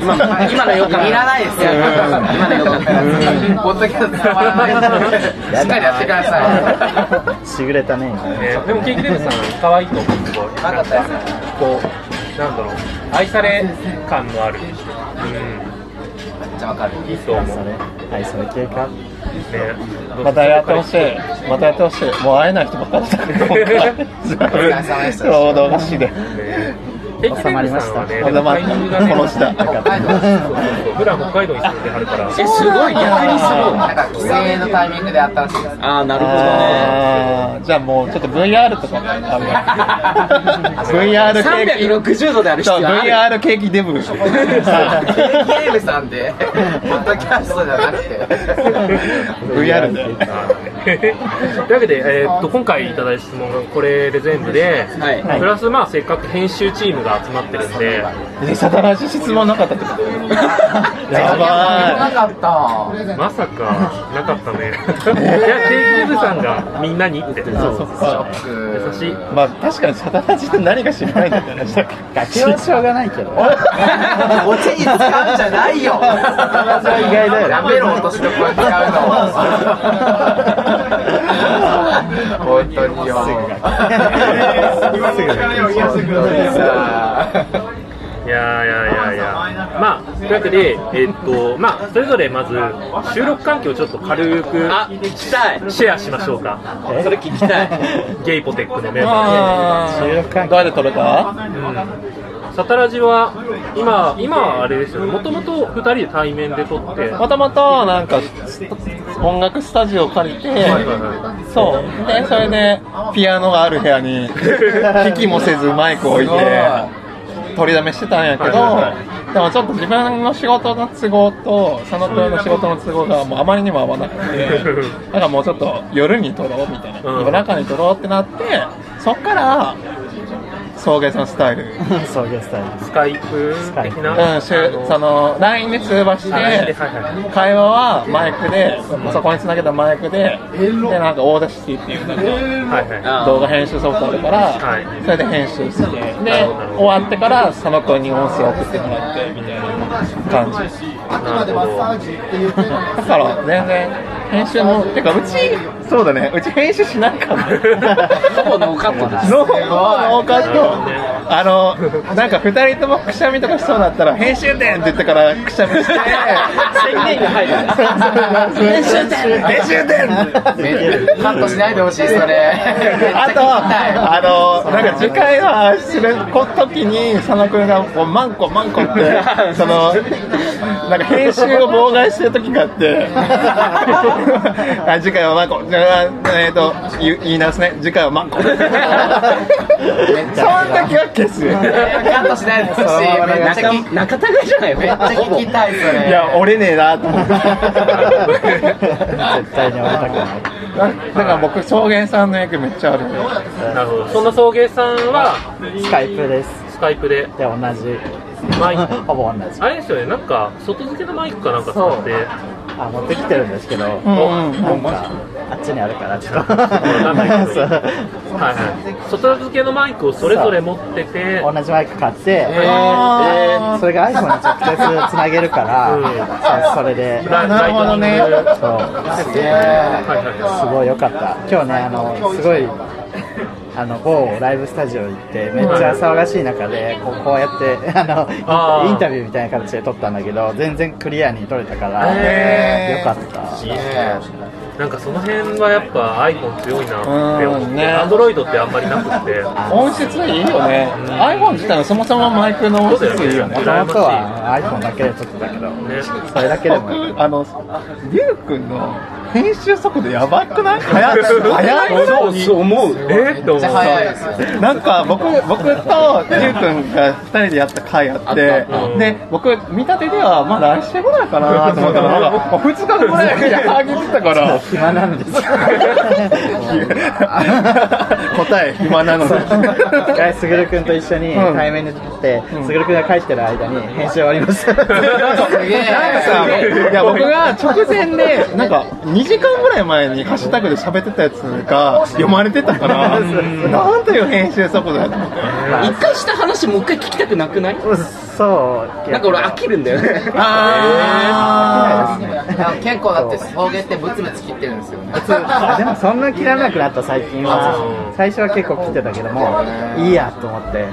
Speaker 6: 今の今のよか
Speaker 2: いらないですよ今のよかったポッドキャスト伝わらないしっかりやってください
Speaker 5: しぐれたね
Speaker 1: ねでもケーキレブさん可愛いと思うすごい
Speaker 2: なかったです
Speaker 1: こうなんだろう愛され感のある
Speaker 2: めっちゃわかる
Speaker 1: うんいいと思
Speaker 5: そう
Speaker 1: ね
Speaker 5: れはいそれ系か
Speaker 4: またやってほしいまたやってほしいもう会えない人ばっかりだ から今回ちょうどおかしいで
Speaker 1: ケーキレブさんはね
Speaker 4: まだまだ
Speaker 1: タイミングがね
Speaker 4: この下
Speaker 1: 普段北海道に住んではるから
Speaker 6: えすごい逆 にすごい
Speaker 2: なんか帰省のタイミングであったらし いです
Speaker 6: ああなるほどね
Speaker 4: あーじゃあもうちょっと VR と かあるやん VR ケーキ
Speaker 6: 360度である
Speaker 4: そう
Speaker 6: 必要ある
Speaker 4: VR ケーキデブ
Speaker 2: ゲームさんでポッドキャストじゃなくて
Speaker 4: VR で
Speaker 1: というわけで、えーっと今回いただいた質問がこれで全部で、
Speaker 6: はい
Speaker 1: プラスまあせっかく編集チームがが集まってるんで、
Speaker 4: えサタラジ質問なかったってことやば
Speaker 2: なかった。
Speaker 1: まさか、なかったね。いや、KQF さんがみんなにって。そう優しい。
Speaker 4: いまあ確かにサタラジって何が知らないんだって話だけど
Speaker 5: 楽器はしょうがないけど。
Speaker 2: お茶に使うんじゃないよ。
Speaker 5: 意外だよ
Speaker 2: やめろ、落としどころに使うの。本当によ。
Speaker 1: いやいやいやいや、まあ、というわけで、えっとまあ、それぞれまず、収録環境をちょっと軽く
Speaker 6: あ、聞きたい。
Speaker 1: シェアしましょうか、
Speaker 6: それ聞きたい。
Speaker 1: ゲイポテックのメンバ
Speaker 4: あーどうやって撮れた
Speaker 1: ーで、サタラジは今、今はあれですよね、もともと2人で対面で撮って、
Speaker 4: またまたなんか音楽スタジオ借りて、そうでそれでピアノがある部 屋に機器もせずマイク置いて取りだめしてたんやけど、
Speaker 1: はいは
Speaker 4: でもちょっと自分の仕事の都合と佐野君の仕事の都合がもうあまりにも合わなくてだからもうちょっと夜に撮ろうみたいな、
Speaker 1: うん
Speaker 4: 夜中に撮ろうってなってそっから送迎さんスタイル
Speaker 5: そうゲストに
Speaker 1: スカイプ的な、
Speaker 4: うん、しゅその LINE で通話して、
Speaker 1: LINE ではいは
Speaker 4: 会話はマイクで、パソコンにつなげたマイクで、で、なんかオーダーシティっていうなんか
Speaker 1: はいはい、
Speaker 6: あー
Speaker 4: 動画編集ソフトあるから
Speaker 1: はい、
Speaker 4: それで編集して、で、終わってから佐野君に音声送ってもらって、みたいな感じ。
Speaker 1: なるほど、
Speaker 4: だから、全然、編集も、てか、うち、そうだね、うち編集しない から。
Speaker 6: ほぼノーカットだ。
Speaker 4: ノーノーカットあのなんか2人ともくしゃみとかしそうだったら編集点って言ってからくしゃみして
Speaker 6: 宣言が入る
Speaker 4: 編集点編集点
Speaker 2: カットしないでほしい、それ。めっちゃ
Speaker 4: あ
Speaker 2: 聞きた
Speaker 4: と
Speaker 2: い。
Speaker 4: あのなんか次回はする時に佐野君がこうマンコマンコ ってそのなんか編集を妨害してる時があ ってあ次回はマンコじゃあえっ、と言い言い直すね次回は マンコその時
Speaker 2: カットしないでほしい。めっ
Speaker 4: は消す
Speaker 2: ちゃ聞き
Speaker 6: 仲たがいじゃない
Speaker 2: めっちゃ聞きたい、それ。
Speaker 4: いや、折れねえなと思 って。
Speaker 5: 絶対に折れたくない。
Speaker 4: だから僕、草原さんの役めっちゃあるんで。
Speaker 1: なるほど、そんな送迎さんは
Speaker 5: スカイプです。
Speaker 1: スカイプで、
Speaker 5: で、同じ。
Speaker 1: マイク
Speaker 5: ほぼ同じ。
Speaker 1: あれですよね、なんか外付けのマイクかなんか使って、
Speaker 5: あ、持ってきてるんですけど、
Speaker 4: うんうん
Speaker 5: なんか、あっちにあるから、ちょっと。
Speaker 1: わかんないけど
Speaker 5: そう
Speaker 1: はいはい、外付けのマイクをそれぞれ持ってて、
Speaker 5: 同じマイク買って、
Speaker 4: あ
Speaker 5: それが iPhone に直接つなげるから、そうそれで、
Speaker 1: ラ
Speaker 4: なるほどね
Speaker 1: ライトニング
Speaker 5: そう
Speaker 1: はいはいは
Speaker 5: すごい良かった今日ねあのすごいあの某ライブスタジオ行ってめっちゃ騒がしい中でこうこうやってあの
Speaker 1: あー
Speaker 5: インタビューみたいな形で撮ったんだけど全然クリアに撮れたから
Speaker 1: へ
Speaker 5: 良かった
Speaker 1: いなんかその辺はやっぱ iPhone 強いなって思っ
Speaker 4: うん
Speaker 1: て、
Speaker 4: ね
Speaker 1: Android ってあんまりなくて、
Speaker 4: ー音質いいよね。iPhone 自体のそもそもマイクの音質いいよね
Speaker 5: も。ともとは iPhone だけで撮ってたけど
Speaker 1: ね、
Speaker 5: それだけでも
Speaker 4: 僕あの、リュウ君の編集速度やばくない早い。早いのに。
Speaker 6: そう思う。
Speaker 1: えっと思
Speaker 2: めっちゃ
Speaker 1: う。
Speaker 2: 早いです。
Speaker 4: なんか僕僕とリュウ君が2人でやった回あってで僕見立てではまあ来週ぐらいかなと思ったらなんか2日ぐらいで上げてたから
Speaker 5: 暇なんです
Speaker 4: 答え暇な ので
Speaker 5: 一回すぐるくんと一緒に対面で撮ってすぐるくんが帰ってる間に編集終わりました
Speaker 2: すげえ。
Speaker 4: なんかさいや僕が直前でなんか2時間ぐらい前にハッシュタグで喋ってたやつが読まれてたからなんという編集速度だと思って
Speaker 6: 一回した話もう一回聞きたくなくない
Speaker 5: そう
Speaker 6: なんか俺飽きるんだよね。
Speaker 4: あ
Speaker 2: 結構だって、送迎ってブツブツ切ってるんですよね。
Speaker 5: でもそんな切らなくなった最近は最初は結構切ってたけどもいいやと思って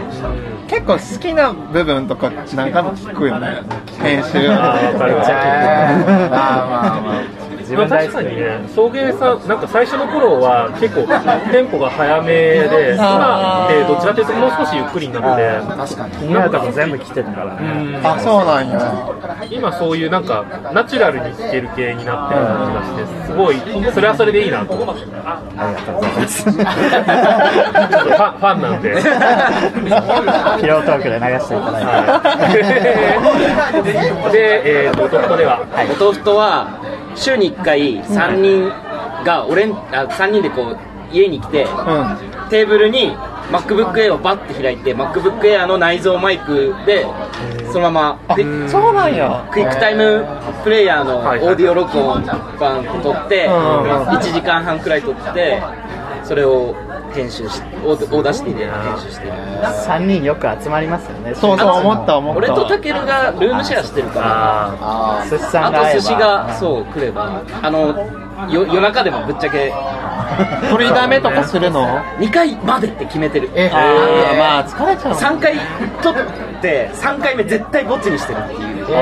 Speaker 4: 結構好きな部分とか何回も聞くよね編集
Speaker 1: あーわかるわ
Speaker 5: めっちゃ切っ
Speaker 2: あまあ
Speaker 5: てた
Speaker 2: まあ。
Speaker 5: 自
Speaker 1: まあ
Speaker 5: 分大
Speaker 1: 確
Speaker 5: 好
Speaker 1: か
Speaker 5: き
Speaker 1: にね、送迎さん、なんか最初の頃は結構テンポが早めで、今
Speaker 4: あ
Speaker 1: っ
Speaker 4: ー
Speaker 1: てどちらかというともう少しゆっくりになるので、
Speaker 2: 確かに。
Speaker 5: 気になったの全部切ってたからね
Speaker 4: あそうなんや
Speaker 1: 今そういうなんかナチュラルに聴ける系になってる感じがして、すごい、それはそれでいいなと思って。
Speaker 5: ありがとうございます
Speaker 1: ファンファンなんで。
Speaker 5: ピロートークで流していただいて
Speaker 1: はい、で、えー、と男とでは、
Speaker 6: お豆腐とは週に1回3人が俺んあ3人でこう家に来て、テーブルに
Speaker 3: MacBook Air をバッて開いて MacBook Air の内蔵マイクでそのままクイック
Speaker 4: そうなんや
Speaker 3: クイックタイムプレイヤーのオ
Speaker 1: はいはい
Speaker 3: ーディオ録音版を撮って
Speaker 4: うん
Speaker 3: 1時間半くらい撮ってそれを編集しオーオーダーシティで編集して
Speaker 5: 3人よく集まりますよね
Speaker 4: そうそう思った思った
Speaker 3: 俺とたけるがルームシェアしてるから
Speaker 1: あー
Speaker 5: あ寿司さんが
Speaker 3: あ
Speaker 5: 会え
Speaker 3: と
Speaker 5: ば
Speaker 3: 寿司がそう来ればあのよ夜中でもぶっちゃけ
Speaker 4: 取りだめとかするの
Speaker 3: 2回までって決めてる
Speaker 4: えあーまあ疲れちゃうもん
Speaker 3: 3回取って3回目絶対ボツにしてるっていう
Speaker 1: あーへ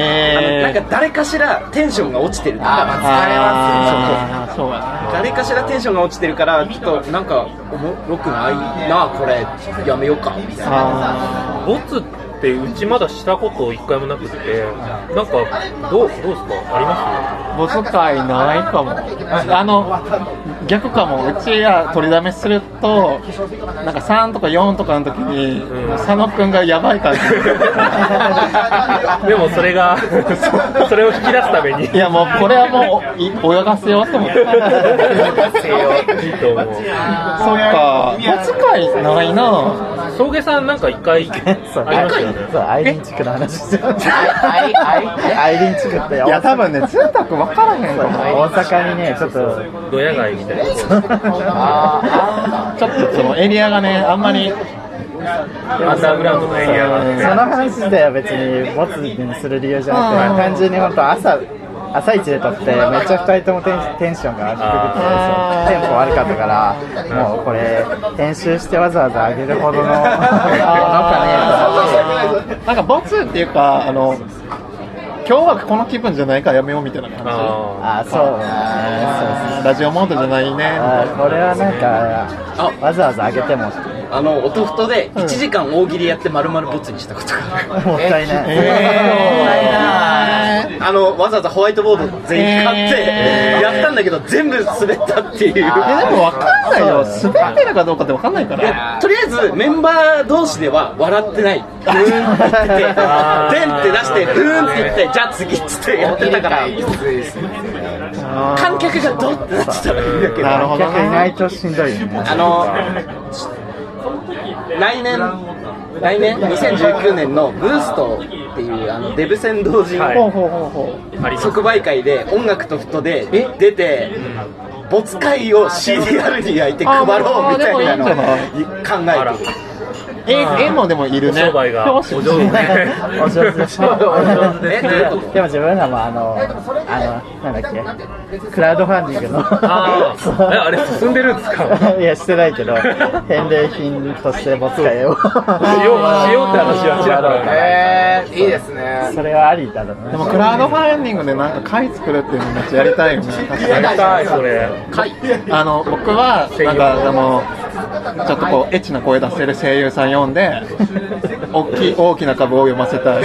Speaker 1: え
Speaker 3: あのなん
Speaker 4: え
Speaker 3: か誰かしらテンションが落ちてる
Speaker 2: あーま
Speaker 4: あーそうやな
Speaker 3: 誰かしらテンションが落ちてるからちょっとなんかおもろくないなこれやめようかみたいな
Speaker 4: あ
Speaker 1: ボツってうちまだしたこと一回もなくてなんかどうどうですかあります
Speaker 4: ーボス会ないかもあの逆かもうちが取りだめするとなんか3とか4とかの時に、
Speaker 1: うん
Speaker 4: 佐野くんがやばい感じ
Speaker 1: でもそれが それを引き出すために
Speaker 4: いやもうこれはもうい泳がせようと思って
Speaker 1: いいと思う
Speaker 4: そっかボス会ないな
Speaker 1: 送迎さんなんか一回あり
Speaker 5: そう
Speaker 1: ましたよね
Speaker 5: そうアイリン地区の話してる
Speaker 2: アイアイ
Speaker 5: アイリン地区って
Speaker 4: いや多分ね通卓分からへんと思う
Speaker 5: 大阪にねちょっと
Speaker 1: ドヤ街みたいな
Speaker 4: ちょっとそのエリアがねあんま
Speaker 1: ア
Speaker 4: り
Speaker 1: ンダーグラウンドのエリアが
Speaker 5: その話自体は別にボツにする理由じゃなくて単純に本当朝朝一で撮ってめっちゃ2人ともテンテンションが低くてそうテンポ悪かったからもうこれ編集してわざわざ上げるほどの
Speaker 4: あなんかボツっていうかあの今日はこの気分じゃないからやめようみたいな感じ
Speaker 1: あ
Speaker 5: あそうだねそうそうそう
Speaker 4: ラジオモードじゃないね
Speaker 5: あーこれはなんかわざわざ上げても
Speaker 3: あの音ふとで1時間大喜利やって丸々ボツにしたことがある
Speaker 5: もったいない、
Speaker 4: え
Speaker 3: あのわざわざホワイトボード全員買って、
Speaker 4: えー
Speaker 3: やったんだけど全部滑ったっていう
Speaker 4: ー、いやでも分かんないよ滑ってるかどうかって分かんないから
Speaker 3: とりあえずメンバー同士では笑ってないふーんって言ってて
Speaker 1: あー
Speaker 3: でんって出してふーんって言ってじゃあ次っつってやってたから観客がドッてなってたらいいんだけど
Speaker 4: なるほど
Speaker 5: 逆いな
Speaker 4: ね
Speaker 5: いとしんどいよね
Speaker 3: あの来年来年2019年のブーストっていうあのデブ戦同人
Speaker 1: はい
Speaker 4: ほうほうほうほ
Speaker 1: あります
Speaker 3: 即売会で音楽とフットで出て没会を CDR に焼いて配ろうみたいなのを
Speaker 4: あまあ
Speaker 3: 考えてる
Speaker 4: う絵絵もでもいるね
Speaker 1: お商売がお上手ね
Speaker 5: お上手でしょ
Speaker 3: えどういうこと
Speaker 5: でも自分らもあの、あの、なんだっけ、クラウドファンディングの。
Speaker 1: あ
Speaker 5: そう
Speaker 1: ーえあれ進んでるんですか
Speaker 5: いや、してないけど、返礼品としてボツカを。
Speaker 1: しようしようって話はちらほら
Speaker 2: えー、いいですね
Speaker 5: それはありだろうね
Speaker 4: でもクラウドファンディングでなんか会作るっていうのめっちゃやりたいよね確か
Speaker 1: や
Speaker 4: に
Speaker 1: りたいそれ
Speaker 4: あの僕はなんかあのちょっとこうエッチな声出せる声優さん呼んで大きい大きな株を読ませたい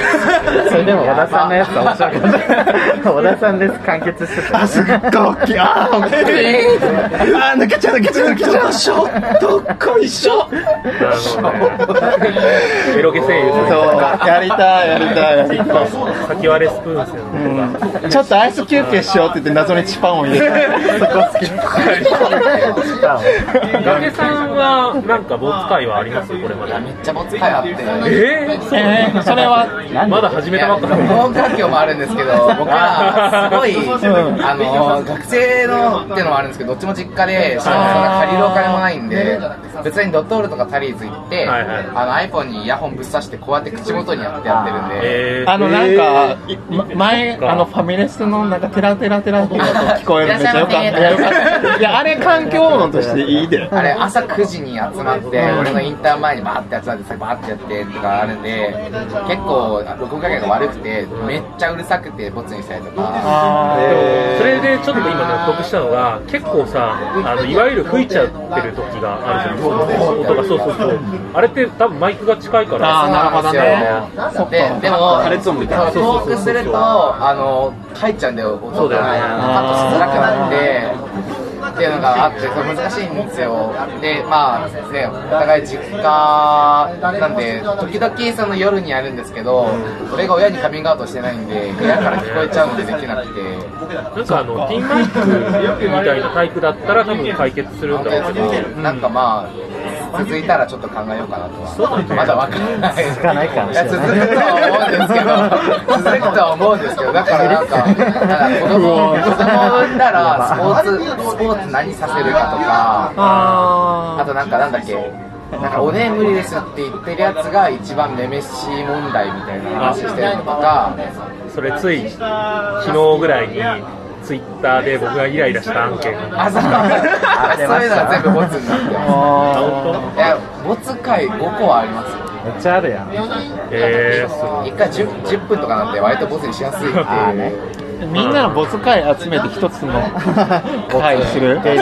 Speaker 5: それでも小田さんのやつは面白か った。小田さんです、完結してた。
Speaker 4: あすっごい大きいあー大きいあー抜けちゃう抜けちゃう抜けちゃう
Speaker 3: ショットこいしょ
Speaker 1: なるほどねエロゲ声優さん
Speaker 4: そうやりたいやりたいやりたい
Speaker 1: 先割れスプーンですよね
Speaker 4: ちょっとアイス休憩しようって言って謎にチパンを入れて
Speaker 1: ガケさんはなんかボツ会はありますこれまで
Speaker 2: めっちゃボツ会あって
Speaker 1: え
Speaker 4: えー、それは
Speaker 1: ー、まだ始めたばっかなのに
Speaker 2: 農環境もあるんですけど僕らすごい、あの学生のっていうのもあるんですけどどっちも実家でしかもそんな借りるお金もないんで別にドトールとかタリーズ行って、
Speaker 1: はいはい
Speaker 2: あの iPhone にイヤホンぶっ刺してこうやって口元にやってやってるんで、
Speaker 1: えー、
Speaker 4: あのなんか、いま前あのファミレスのなんかテラテラテラっていう音聞こえるのめっちゃよかったいやよかったいやあれ環境音としていいで
Speaker 2: あれ朝9時に集まって俺のインターン前にバーって集まってバーってやってとかあるんで結構録音加減が悪くてめっちゃうるさくてボツにしたりとか
Speaker 1: それでちょっと今納得したのが結構さあのいわゆる吹いちゃってる時があるじゃないですか音がそうそうそうあれって多分マイクが近いから
Speaker 4: あーなるほどねそっ
Speaker 2: で
Speaker 4: か
Speaker 2: でも
Speaker 3: 破裂音みたいな
Speaker 2: そうトークするとあの入っちゃうんだよ
Speaker 1: そ
Speaker 2: 音
Speaker 1: うだよ
Speaker 2: が
Speaker 1: ね
Speaker 2: カットしづらくなってっていうのがあってそれ難しいんですよでまあねお互い実家なんで時々その夜にやるんですけど俺が親にカミングアウトしてないんで部屋から聞こえちゃうのでできなくて。
Speaker 1: なんかあのピンマイクみたいなタイプだったら多分解決するんだろうけど
Speaker 2: なんかまあ、続いたらちょっと考えようかなとは
Speaker 1: そうね
Speaker 2: まだわからない
Speaker 5: 続かないかも
Speaker 2: い
Speaker 5: し
Speaker 2: や
Speaker 5: れない
Speaker 2: 続くとは思うんですけど続くとは思うんですけどだからなんかなんか子供を子供を産んだらスポーツスポーツ何させるかとかあとなんかなんだっけなんかおねえ無理ですって言ってるやつが一番めめしい問題みたいな話してるのとか
Speaker 1: それつい昨日ぐらいにツイッターで僕がイライラした案件
Speaker 2: あそうあそういうのは全部ボツになってま
Speaker 1: 本
Speaker 2: すいやボツ回5個はありますよ
Speaker 5: めっちゃあるやん
Speaker 1: 当えー、すごい
Speaker 2: 1回 10, 10分とかなんて割とボツにしやすいって
Speaker 5: あー
Speaker 2: い
Speaker 5: ね
Speaker 2: う
Speaker 4: みんなのボツ会集めて一つの会をする。
Speaker 1: 使い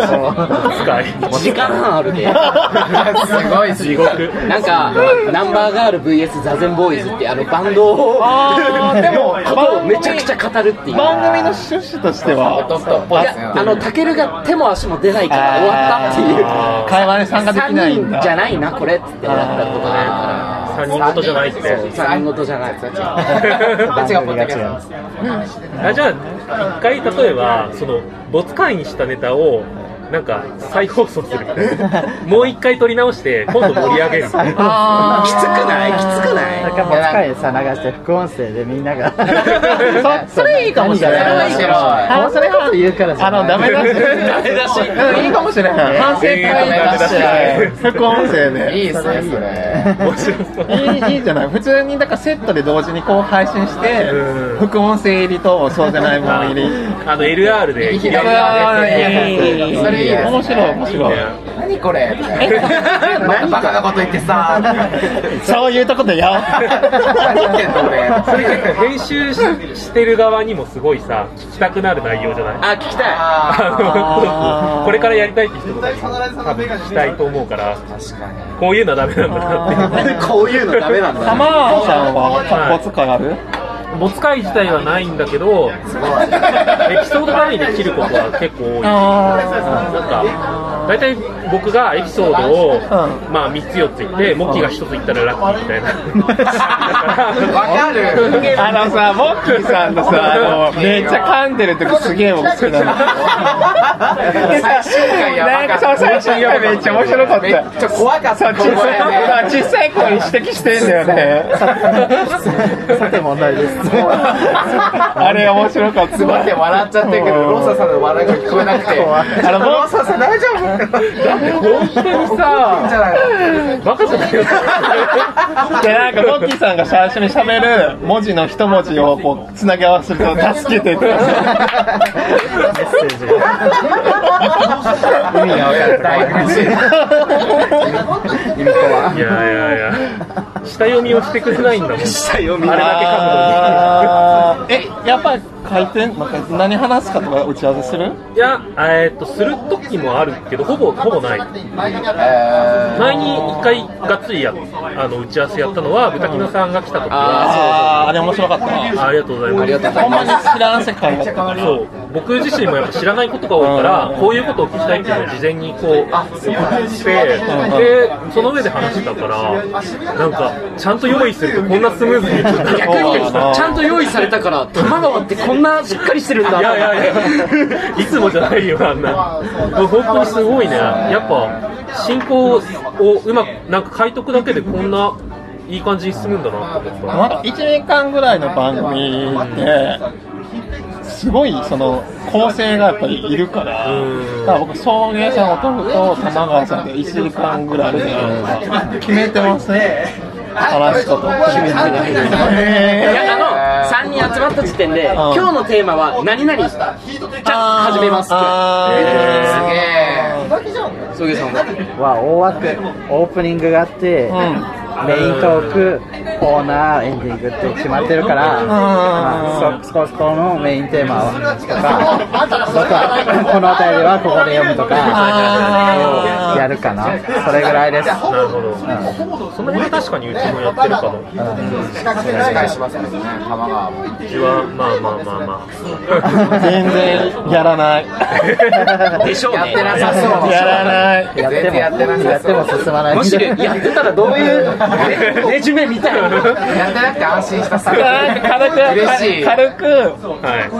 Speaker 7: 時間半あるで
Speaker 2: すごい
Speaker 1: 地獄
Speaker 7: なんかナンバーガール VS ザゼンボーイズってあのバンドを
Speaker 4: あーで も
Speaker 7: ことをめちゃくちゃ語るっていう
Speaker 4: 番組の趣旨としては、
Speaker 2: 男っぽい
Speaker 7: い
Speaker 2: ですね
Speaker 7: やあのタケルが手も足も出ないから終わったっていう
Speaker 4: あー会話に参加できないん
Speaker 7: 3人
Speaker 4: だ
Speaker 7: じ。ゃないなこれっつってなったことがあ
Speaker 1: 3人ごとじゃないって
Speaker 7: るから3人事じゃない
Speaker 2: どっちがポッドキャスト
Speaker 1: あじゃあ一回例えばその没会にしたネタをなんか再放送す るみたいなもう一回撮り直して今度盛り上 げるみたいな
Speaker 4: あ
Speaker 7: きつくないきつくない
Speaker 5: なんかもう使いさ流して副音声でみんなが
Speaker 4: そそれいいかもしれない
Speaker 2: 面白い
Speaker 5: 面白いこと言うからじ
Speaker 4: あ
Speaker 5: ゃない
Speaker 4: の、ダメ出し。
Speaker 7: ダメ出し
Speaker 4: うんいいかもしれない。反省会出して、副音声で。
Speaker 2: いいですねそれ
Speaker 1: 面白そう
Speaker 4: いいいいじゃない普通にだからセットで同時にこう配信して
Speaker 1: うん
Speaker 4: 副音声入りとそうじゃないもの
Speaker 1: あ
Speaker 4: 入り
Speaker 1: あの LR で
Speaker 2: いい
Speaker 1: 切
Speaker 2: ね
Speaker 1: り上げ
Speaker 4: あ
Speaker 1: たね
Speaker 4: ーいいね
Speaker 2: それいいです
Speaker 4: 面白い面白い
Speaker 2: 何これ何バカなこと言ってさ
Speaker 4: そういうとこでや
Speaker 2: 何言ってんの
Speaker 1: それ 結構
Speaker 2: 俺
Speaker 1: 編集ししてる側にもすごいさ聞きたくなる内容じゃない
Speaker 7: あ聞きたい
Speaker 1: あのこれからやりたいって人とかにも多分聞きたいと思うからこういうのはダメなんだなっていう
Speaker 7: こういうのダメなんだ
Speaker 4: お玉川さんは没会ある
Speaker 1: 没会自体はないんだけどエピソード単位で切ることは結構多いなんか大体僕がエピソードを、まあ、3つ4つ言ってモッキーが1つ言ったらラッキーみたいな
Speaker 2: わかる
Speaker 4: あのさ、モッキーさんのさ、あの、めっちゃ噛んでるとこすげえ僕好きなの。
Speaker 2: 最終回やば
Speaker 4: な
Speaker 2: か
Speaker 4: ん
Speaker 2: った
Speaker 4: かそう、最新回めっちゃ面白かっ
Speaker 2: め
Speaker 4: た。
Speaker 2: っちゃ怖かっ
Speaker 4: そう
Speaker 2: た
Speaker 4: 小さい、そう小さい頃に指摘してんだよね。
Speaker 5: さて問題です
Speaker 4: あれ面白かった。
Speaker 2: すごい笑っちゃってるけどローサさんの笑いが聞こえなくて
Speaker 4: あの、もう
Speaker 2: ローサさん大丈夫
Speaker 1: だって本当に
Speaker 2: じ
Speaker 1: さ
Speaker 2: ゃない
Speaker 1: バカじゃないよ
Speaker 4: でなんかモッキーさんが最初に喋る文字の一文字をこうつなぎ合わせると助けてって。
Speaker 2: 意味が分かんない
Speaker 1: いやいやいや下読みをしてくれないんだもん
Speaker 6: 読み
Speaker 1: あれだけ書くのに
Speaker 4: あーえ、やっぱり回転、なんか何話すかとか打ち合わせする
Speaker 1: いや、えーっと、する時もあるけど、ほぼ、ほぼない。前に一回、がっつりや、あの、打ち合わせやったのは、ブタキノさんが来た時は、
Speaker 4: あー、あれ面白かった。
Speaker 1: ありがとうございます。
Speaker 4: ほんまに知らん世界だったから。
Speaker 1: そう僕自身もやっぱ知らないことが多いからこういうことを聞きたいっていうのを事前にこう送ってでその上で話してたからなんかちゃんと用意するとこんなスムーズにいくんだ
Speaker 7: 逆にちゃんと用意されたから玉川ってこんなしっかりしてるんだ
Speaker 1: いやいやいや、いつもじゃないよ、あんな。本当にすごいね。やっぱ、進行をうまく、なんか解読だけでこんないい感じに進むんだなと思った。
Speaker 4: まだ1年間ぐらいの番組って、すごいその構成がやっぱりいるから、
Speaker 1: うん
Speaker 4: だから僕、送迎さんを取ると、玉川さんで1時間ぐらいあるじゃないですか、決めてますね、話すこと、決めて
Speaker 7: い
Speaker 4: る。へー
Speaker 7: やあの3人集まった時点で今日のテーマは何々じゃあ始めます
Speaker 4: あ
Speaker 2: すげ
Speaker 4: ー
Speaker 2: え
Speaker 7: そういうさん
Speaker 5: は大枠オープニングがあって、メイントークコーナーエンディングって決まってるから、まあ、そそこそこのメインテーマはとかどこはこの辺りはここで読むと
Speaker 4: あ
Speaker 5: か
Speaker 4: ー
Speaker 5: やるかなそれぐらいです
Speaker 1: なるほど。その辺確かにうちもやってるかも。
Speaker 2: お願いしますね玉川も
Speaker 1: うちは、まあまあまあまあ。
Speaker 4: 全然やらない。
Speaker 7: でしょう
Speaker 2: や
Speaker 7: ね
Speaker 2: ってなさそう
Speaker 4: やらない。
Speaker 5: やっても
Speaker 2: やってなさそう
Speaker 5: やっても進まない
Speaker 7: むしろやってたらどういう ねねじめみたいな
Speaker 2: やってなくて安心したさ
Speaker 4: なんか軽
Speaker 2: 嬉し
Speaker 4: く、
Speaker 2: い
Speaker 4: 軽く、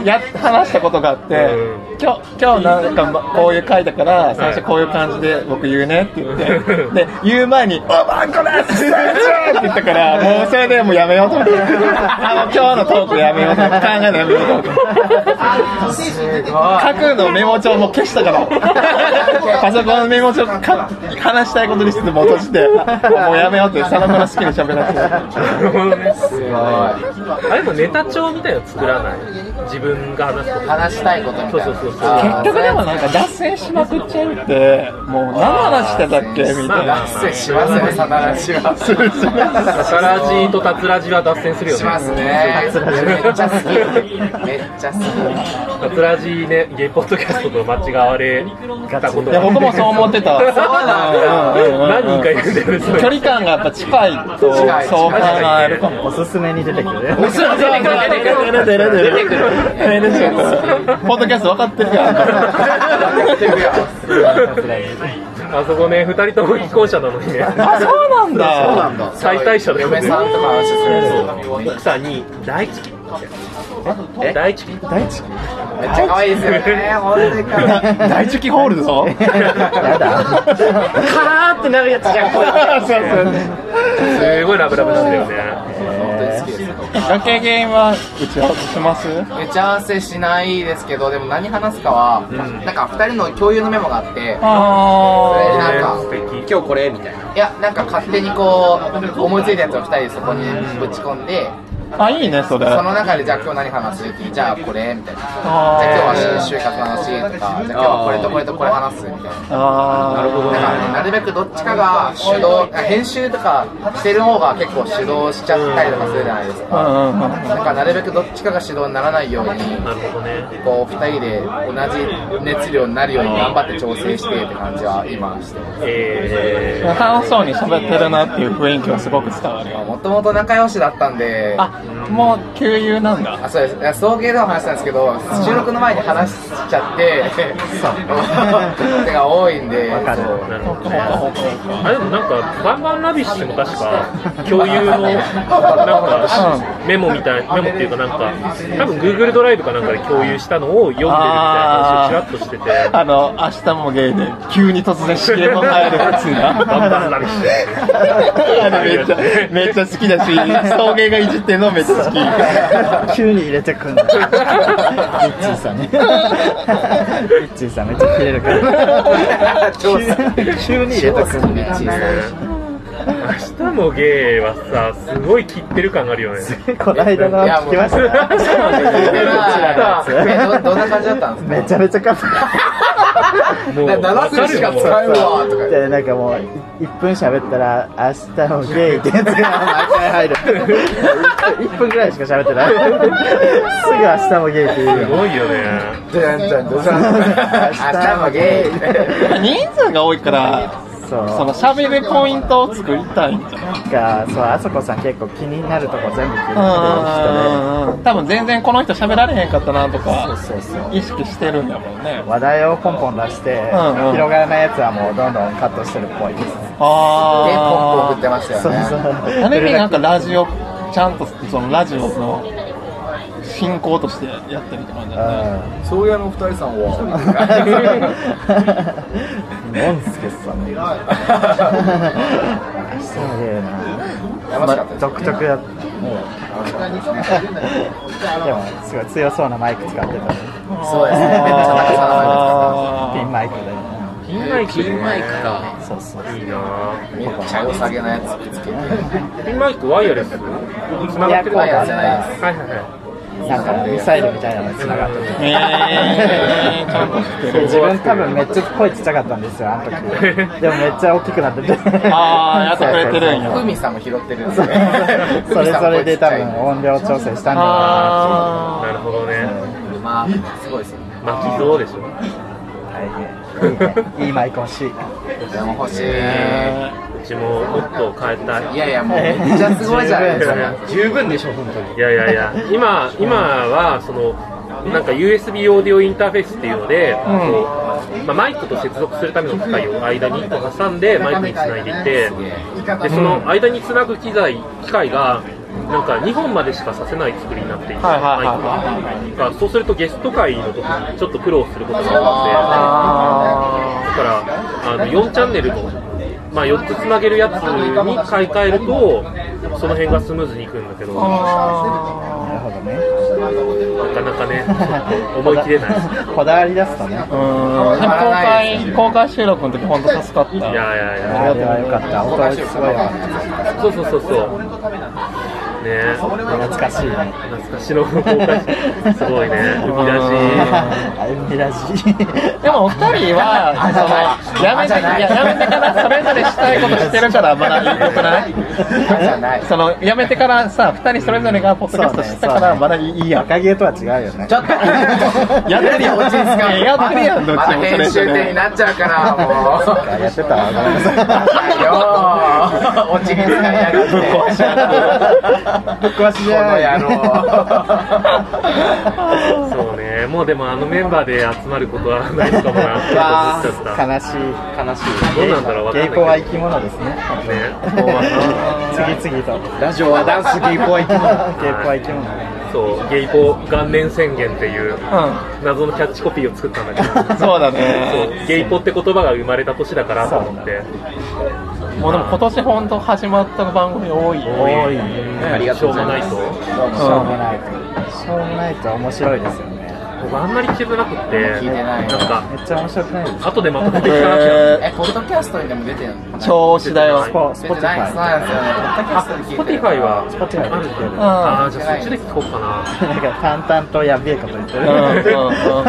Speaker 1: はい。
Speaker 4: やっ話したことがあって、
Speaker 1: うん
Speaker 4: 今日今日なんかまこういう回だから最初こういう感じで僕言言うねって言ってで言う前に「おばんこだって言ったからもうそれでもうやめようと思ってあの今日のトークやめようと思って考えるのやめようと思って書くのメモ帳も消したからパソコンのメモ帳か話したいことにしてもう閉じてもうやめようってさらさら好きに喋らなくて
Speaker 1: なるほどねあれもネタ帳みたいなの作らない自分が話すこと
Speaker 2: 話したいことみ
Speaker 1: そう
Speaker 2: たい
Speaker 1: そうそうそう
Speaker 2: なあー
Speaker 4: 結局でもなんか脱線しまくっちゃうってもう何の話してたっけみたいな
Speaker 2: 失礼しますねサナラジは
Speaker 1: サラジとタツラジは脱線するよ
Speaker 2: します
Speaker 1: ね
Speaker 2: ねめっちゃ好きめっちゃ好き
Speaker 1: タツラジねゲイポッドキャストと間違われたこと
Speaker 4: いや僕もそう思ってた
Speaker 1: 何人かいるんだよねそ
Speaker 4: 距
Speaker 1: れ
Speaker 4: 離感がやっぱ近いとそう
Speaker 2: 近い
Speaker 4: 考えるかも
Speaker 5: おすすめに出てくる
Speaker 4: 出てくる出てくる出てくる出てくるポッドキャスト分かってるやん
Speaker 1: あそこね二人とも既婚者なのにね
Speaker 4: あそうなんだそうなんだ
Speaker 1: 最大者だよね
Speaker 2: 嫁さんとか話する
Speaker 1: 奥さんに大好きえ大好き
Speaker 2: めっちゃ可愛いですよねほんでかわいい
Speaker 4: 大チュキホールぞ
Speaker 5: やだ
Speaker 4: カラーってなるやつじゃんそうそう
Speaker 1: すごいラブラブなんだよね
Speaker 4: ガケゲームは打ち合わせします
Speaker 2: 打ち合わせしないですけどでも何話すかはなんか二人の共有のメモがあってそれで
Speaker 4: あ
Speaker 2: なんか
Speaker 1: 素敵
Speaker 6: 今日これみたいない
Speaker 2: やなんか勝手にこう思いついたやつを二人でそこにぶち込んで
Speaker 4: ーあいいねそれ
Speaker 2: その中でじゃあ今日何話すってじゃあこれみたいなじゃ
Speaker 4: あ
Speaker 2: あ今日は
Speaker 4: ー
Speaker 2: 就活の話とかじゃあ今日はこれとこれとこれ話すみたいな
Speaker 4: あなるほど
Speaker 2: だからね、なるべくどっちかが主導、あ編集とかしてる方が結構主導しちゃったりとかするじゃないです
Speaker 4: うん
Speaker 2: か。
Speaker 4: うんうん
Speaker 2: だからなるべくどっちかが主導にならないように、
Speaker 1: なるほどね
Speaker 2: こう二人で同じ熱量になるように頑張って調整してって感じは今してます。
Speaker 1: えー
Speaker 4: 楽しそうに喋ってるなっていう雰囲気はすごく伝わるよ
Speaker 2: もともと仲良しだったんで、あ
Speaker 4: あもう旧友なんだ
Speaker 2: そうですいや送迎でも話したんですけど、収録の前に話しちゃって、 手が多いんで、
Speaker 5: わかる
Speaker 2: そう
Speaker 1: なるほどねあでもなんかバンバンラビッシュも確か共有のなんかメモみたいメモっていうかなんか多分 Google ドライブかなんかで共有したのを読んでるみたいな話をちらっとしてて
Speaker 4: あの明日もゲイで急に突然 CM の入るやつ
Speaker 1: バン バンラビッシ
Speaker 4: あれめっちゃめっちゃ好きだし送迎がいじってんのめっちゃ好き
Speaker 5: 急に入れてくんのリッチーさんにリッチーさんめっちゃ切れるから 急急に入れてくんね
Speaker 1: ュ明日もゲイはさすごい切ってる感があるよね
Speaker 5: こないだの聞きました
Speaker 2: えどどんな感じだったんですか
Speaker 5: めちゃめちゃかっ
Speaker 1: もう
Speaker 2: 7分しか使えんわとか
Speaker 5: たでなんかもう1分喋ったら明日もゲイってやつが毎回入る1分ぐらいしか喋ってないすぐ明日もゲイって言
Speaker 1: す
Speaker 5: うよ
Speaker 1: ごいよね
Speaker 2: 明日もゲイ
Speaker 4: 人数が多いから
Speaker 5: そう
Speaker 4: その喋るポイントを作りたいんじゃない
Speaker 5: かそうあそこさん結構気になるとこ全部気になってる人で
Speaker 4: 多分全然この人喋られへんかったなとか
Speaker 5: そうそう
Speaker 4: 意識してるんやもんね
Speaker 5: 話題をポンポン出して、
Speaker 4: うんうん
Speaker 5: 広がらないやつはもうどんどんカットしてるっぽいです
Speaker 2: で
Speaker 5: ね。
Speaker 2: ポンポン
Speaker 4: あ
Speaker 2: 送ってました
Speaker 5: そう
Speaker 2: よ
Speaker 5: そ
Speaker 2: ね
Speaker 5: う。
Speaker 4: あれになんかラジオちゃんとそのラジオの進行としてやってるって感じだね
Speaker 6: そういうの二人さんは
Speaker 5: うん。モンスケさんね。そうだよ な。まあ、独特だ。もうでもすごい強そうなマイク使ってたね。
Speaker 2: そうですねめっちゃ高さ
Speaker 5: ピンマイクで。
Speaker 1: ピンマイクピンマイクか
Speaker 5: そうそう。
Speaker 1: いいな
Speaker 2: めっちゃ良さげなやつくっつけて
Speaker 1: ピンマイクワイヤレスつながってる
Speaker 5: い
Speaker 2: こ
Speaker 5: や
Speaker 2: う
Speaker 1: は
Speaker 2: だね
Speaker 1: いはいはい
Speaker 5: なんかミサイルみたいなのに繋がってて。
Speaker 4: えー、ちゃんとして る
Speaker 5: 自分多分めっちゃ声ちっちゃかったんですよあの時 でもめっちゃ大きくなってて
Speaker 4: あーやってくれてるんや
Speaker 2: 海さんも拾ってるんです
Speaker 5: そ
Speaker 2: よね
Speaker 5: うそれぞれで多分音量調整したんだ
Speaker 4: あ
Speaker 1: なるほどね
Speaker 2: まあすごいですよね
Speaker 1: 巻きそうでしょ
Speaker 5: ろうな大変いいマイク欲しい
Speaker 2: でも欲しいう
Speaker 1: ちももっと変えたい
Speaker 2: いやいやもうめっちゃすごいじゃないですか
Speaker 6: 十分でしょ本当に
Speaker 1: いやいやいや、今、今は、その、なんか USB オーディオインターフェースっていうので、こうまあ、マイクと接続するための機械を間に挟んでマイクにつないでいて、でその間につなぐ機材機械がなんか2本までしかさせない作りになっていて、
Speaker 4: はいはいはい
Speaker 1: マイクがそうするとゲスト会の時にちょっと苦労することがあって、だからあの4チャンネルと、まあ、4つつなげるやつに買い替えると、その辺がスムーズにいくんだけど、
Speaker 5: なるほどね
Speaker 1: なかなかね、ちょっと思い切れ ない。
Speaker 5: こだわり出すとね
Speaker 4: うんでも公開公開収録の時本当助かった
Speaker 1: いやいやいや
Speaker 5: あれは良かった音すごい良かった
Speaker 1: そうそうそうそう。ねえ、懐
Speaker 5: 懐かしいね
Speaker 1: かしの公開すごいね、浮き 出し。
Speaker 5: あ海ラジ
Speaker 4: でもお二人はそのやめていややめてからそれぞれしたいことしてるからまだいいことない
Speaker 5: じゃない
Speaker 4: そのやめてからさ二人それぞれがポッドキャストしてたからまだい いやん
Speaker 5: 赤毛とは違うよねちょっと
Speaker 4: やってるやん
Speaker 2: 落ち着かない
Speaker 4: やってるやんどっ
Speaker 2: ま
Speaker 4: ち
Speaker 2: だ
Speaker 4: もそ
Speaker 2: 編
Speaker 4: れ
Speaker 2: 集
Speaker 4: ぞ
Speaker 2: 点
Speaker 4: れ
Speaker 2: になっちゃうからもう
Speaker 5: やってたわごめんなさい
Speaker 2: はいよー落ち着かないやがって
Speaker 4: ぶっ壊しや
Speaker 2: こ
Speaker 5: ぶっ壊しじ
Speaker 2: の
Speaker 5: ゃ
Speaker 2: 野
Speaker 5: ん
Speaker 2: 郎
Speaker 1: そうね、もうでもあのメンバーで集まることはないのかもなって思っちゃった。
Speaker 5: 悲しい
Speaker 1: 悲しい。どうなんだろう、わかんないけ
Speaker 5: 芸妓
Speaker 1: ど
Speaker 5: は
Speaker 1: ね
Speaker 5: 生。き物ですね次々と
Speaker 6: ラジオはダンスゲイポは生き物
Speaker 5: 芸妓は生き物ね
Speaker 1: そう、ゲイポ元年宣言っていう謎のキャッチコピーを作ったんだけど。
Speaker 4: そうだね
Speaker 1: そうゲイポって言葉が生まれた年だからと思って、
Speaker 4: もうでも今年本当始まった番組多いよ
Speaker 1: 多い
Speaker 4: ね
Speaker 1: ありがとうございますしょうもないと、
Speaker 5: しょうもないとしょうもないと面白いですよね
Speaker 1: 僕あんまり聞けてなくって、
Speaker 2: 聞いてない
Speaker 1: んか、
Speaker 5: めっちゃ面白くない ですか
Speaker 1: 後でまとめて聞かなきゃ、
Speaker 4: え
Speaker 2: えポッドキャストにでも出てるの
Speaker 4: ー調子だよ
Speaker 5: スポス
Speaker 2: 出
Speaker 5: ポ
Speaker 2: て
Speaker 5: ティフ
Speaker 2: ないそう
Speaker 5: ァイ
Speaker 2: なんですよね
Speaker 1: あ、スポティファイは、
Speaker 5: Spotify
Speaker 1: あるけど、
Speaker 4: ん
Speaker 1: あーじゃあそっちで聞こうかな。
Speaker 5: なんか淡々とやべえこと言ってる
Speaker 4: うんうんうん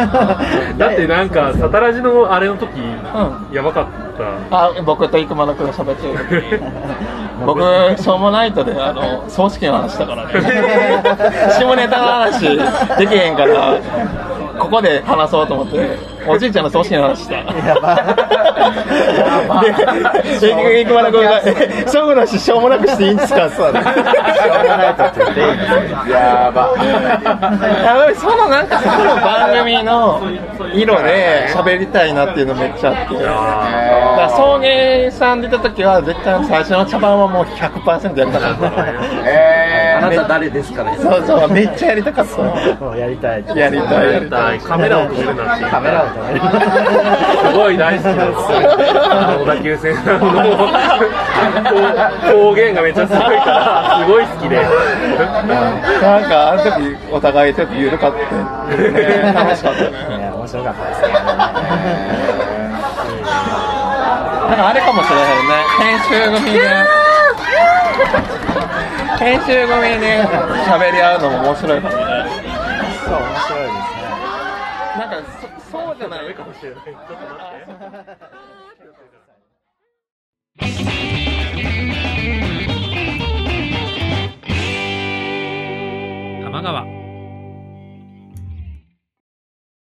Speaker 1: だっ てなんか、サタラジのあれの時、
Speaker 4: ん
Speaker 1: やばかった。
Speaker 4: あ僕と生駒君が喋ってる僕しょうもないとであの葬式の話だからね下ネタの話できへんからここで話そうと思っておじいちゃんの葬式の話したや
Speaker 5: ば
Speaker 4: で結局生駒君がえ「ショムの話しょうもなくしていいんですか?」って言って
Speaker 5: しょうもないとって言っていいんですよ
Speaker 2: や ば
Speaker 4: やばいそのなんかそこの番組の色で喋りたいなっていうのめっちゃあってだから送迎さん出た時は絶対最初の茶番はもう100%やりたかった
Speaker 2: え
Speaker 7: あなた誰ですかね
Speaker 4: そうそうめっちゃやりたかった
Speaker 5: もうやりた い
Speaker 4: やりたいやりたい
Speaker 1: カメラを止めるなっていう。
Speaker 5: カメラを止める
Speaker 1: すごい大好きなんですよ。あの小田急線のこう方言がめっちゃすごいから、すごい好きで。
Speaker 4: なんかあの時お互いちょっと緩かったよね楽し かったよね
Speaker 5: いや面白かったですね
Speaker 4: なんかあれかもしれないね編集組で編集組で喋り合うのも面白いかもね
Speaker 5: そう面白いですね
Speaker 4: なんかそそうじゃないかもしれない
Speaker 1: 玉川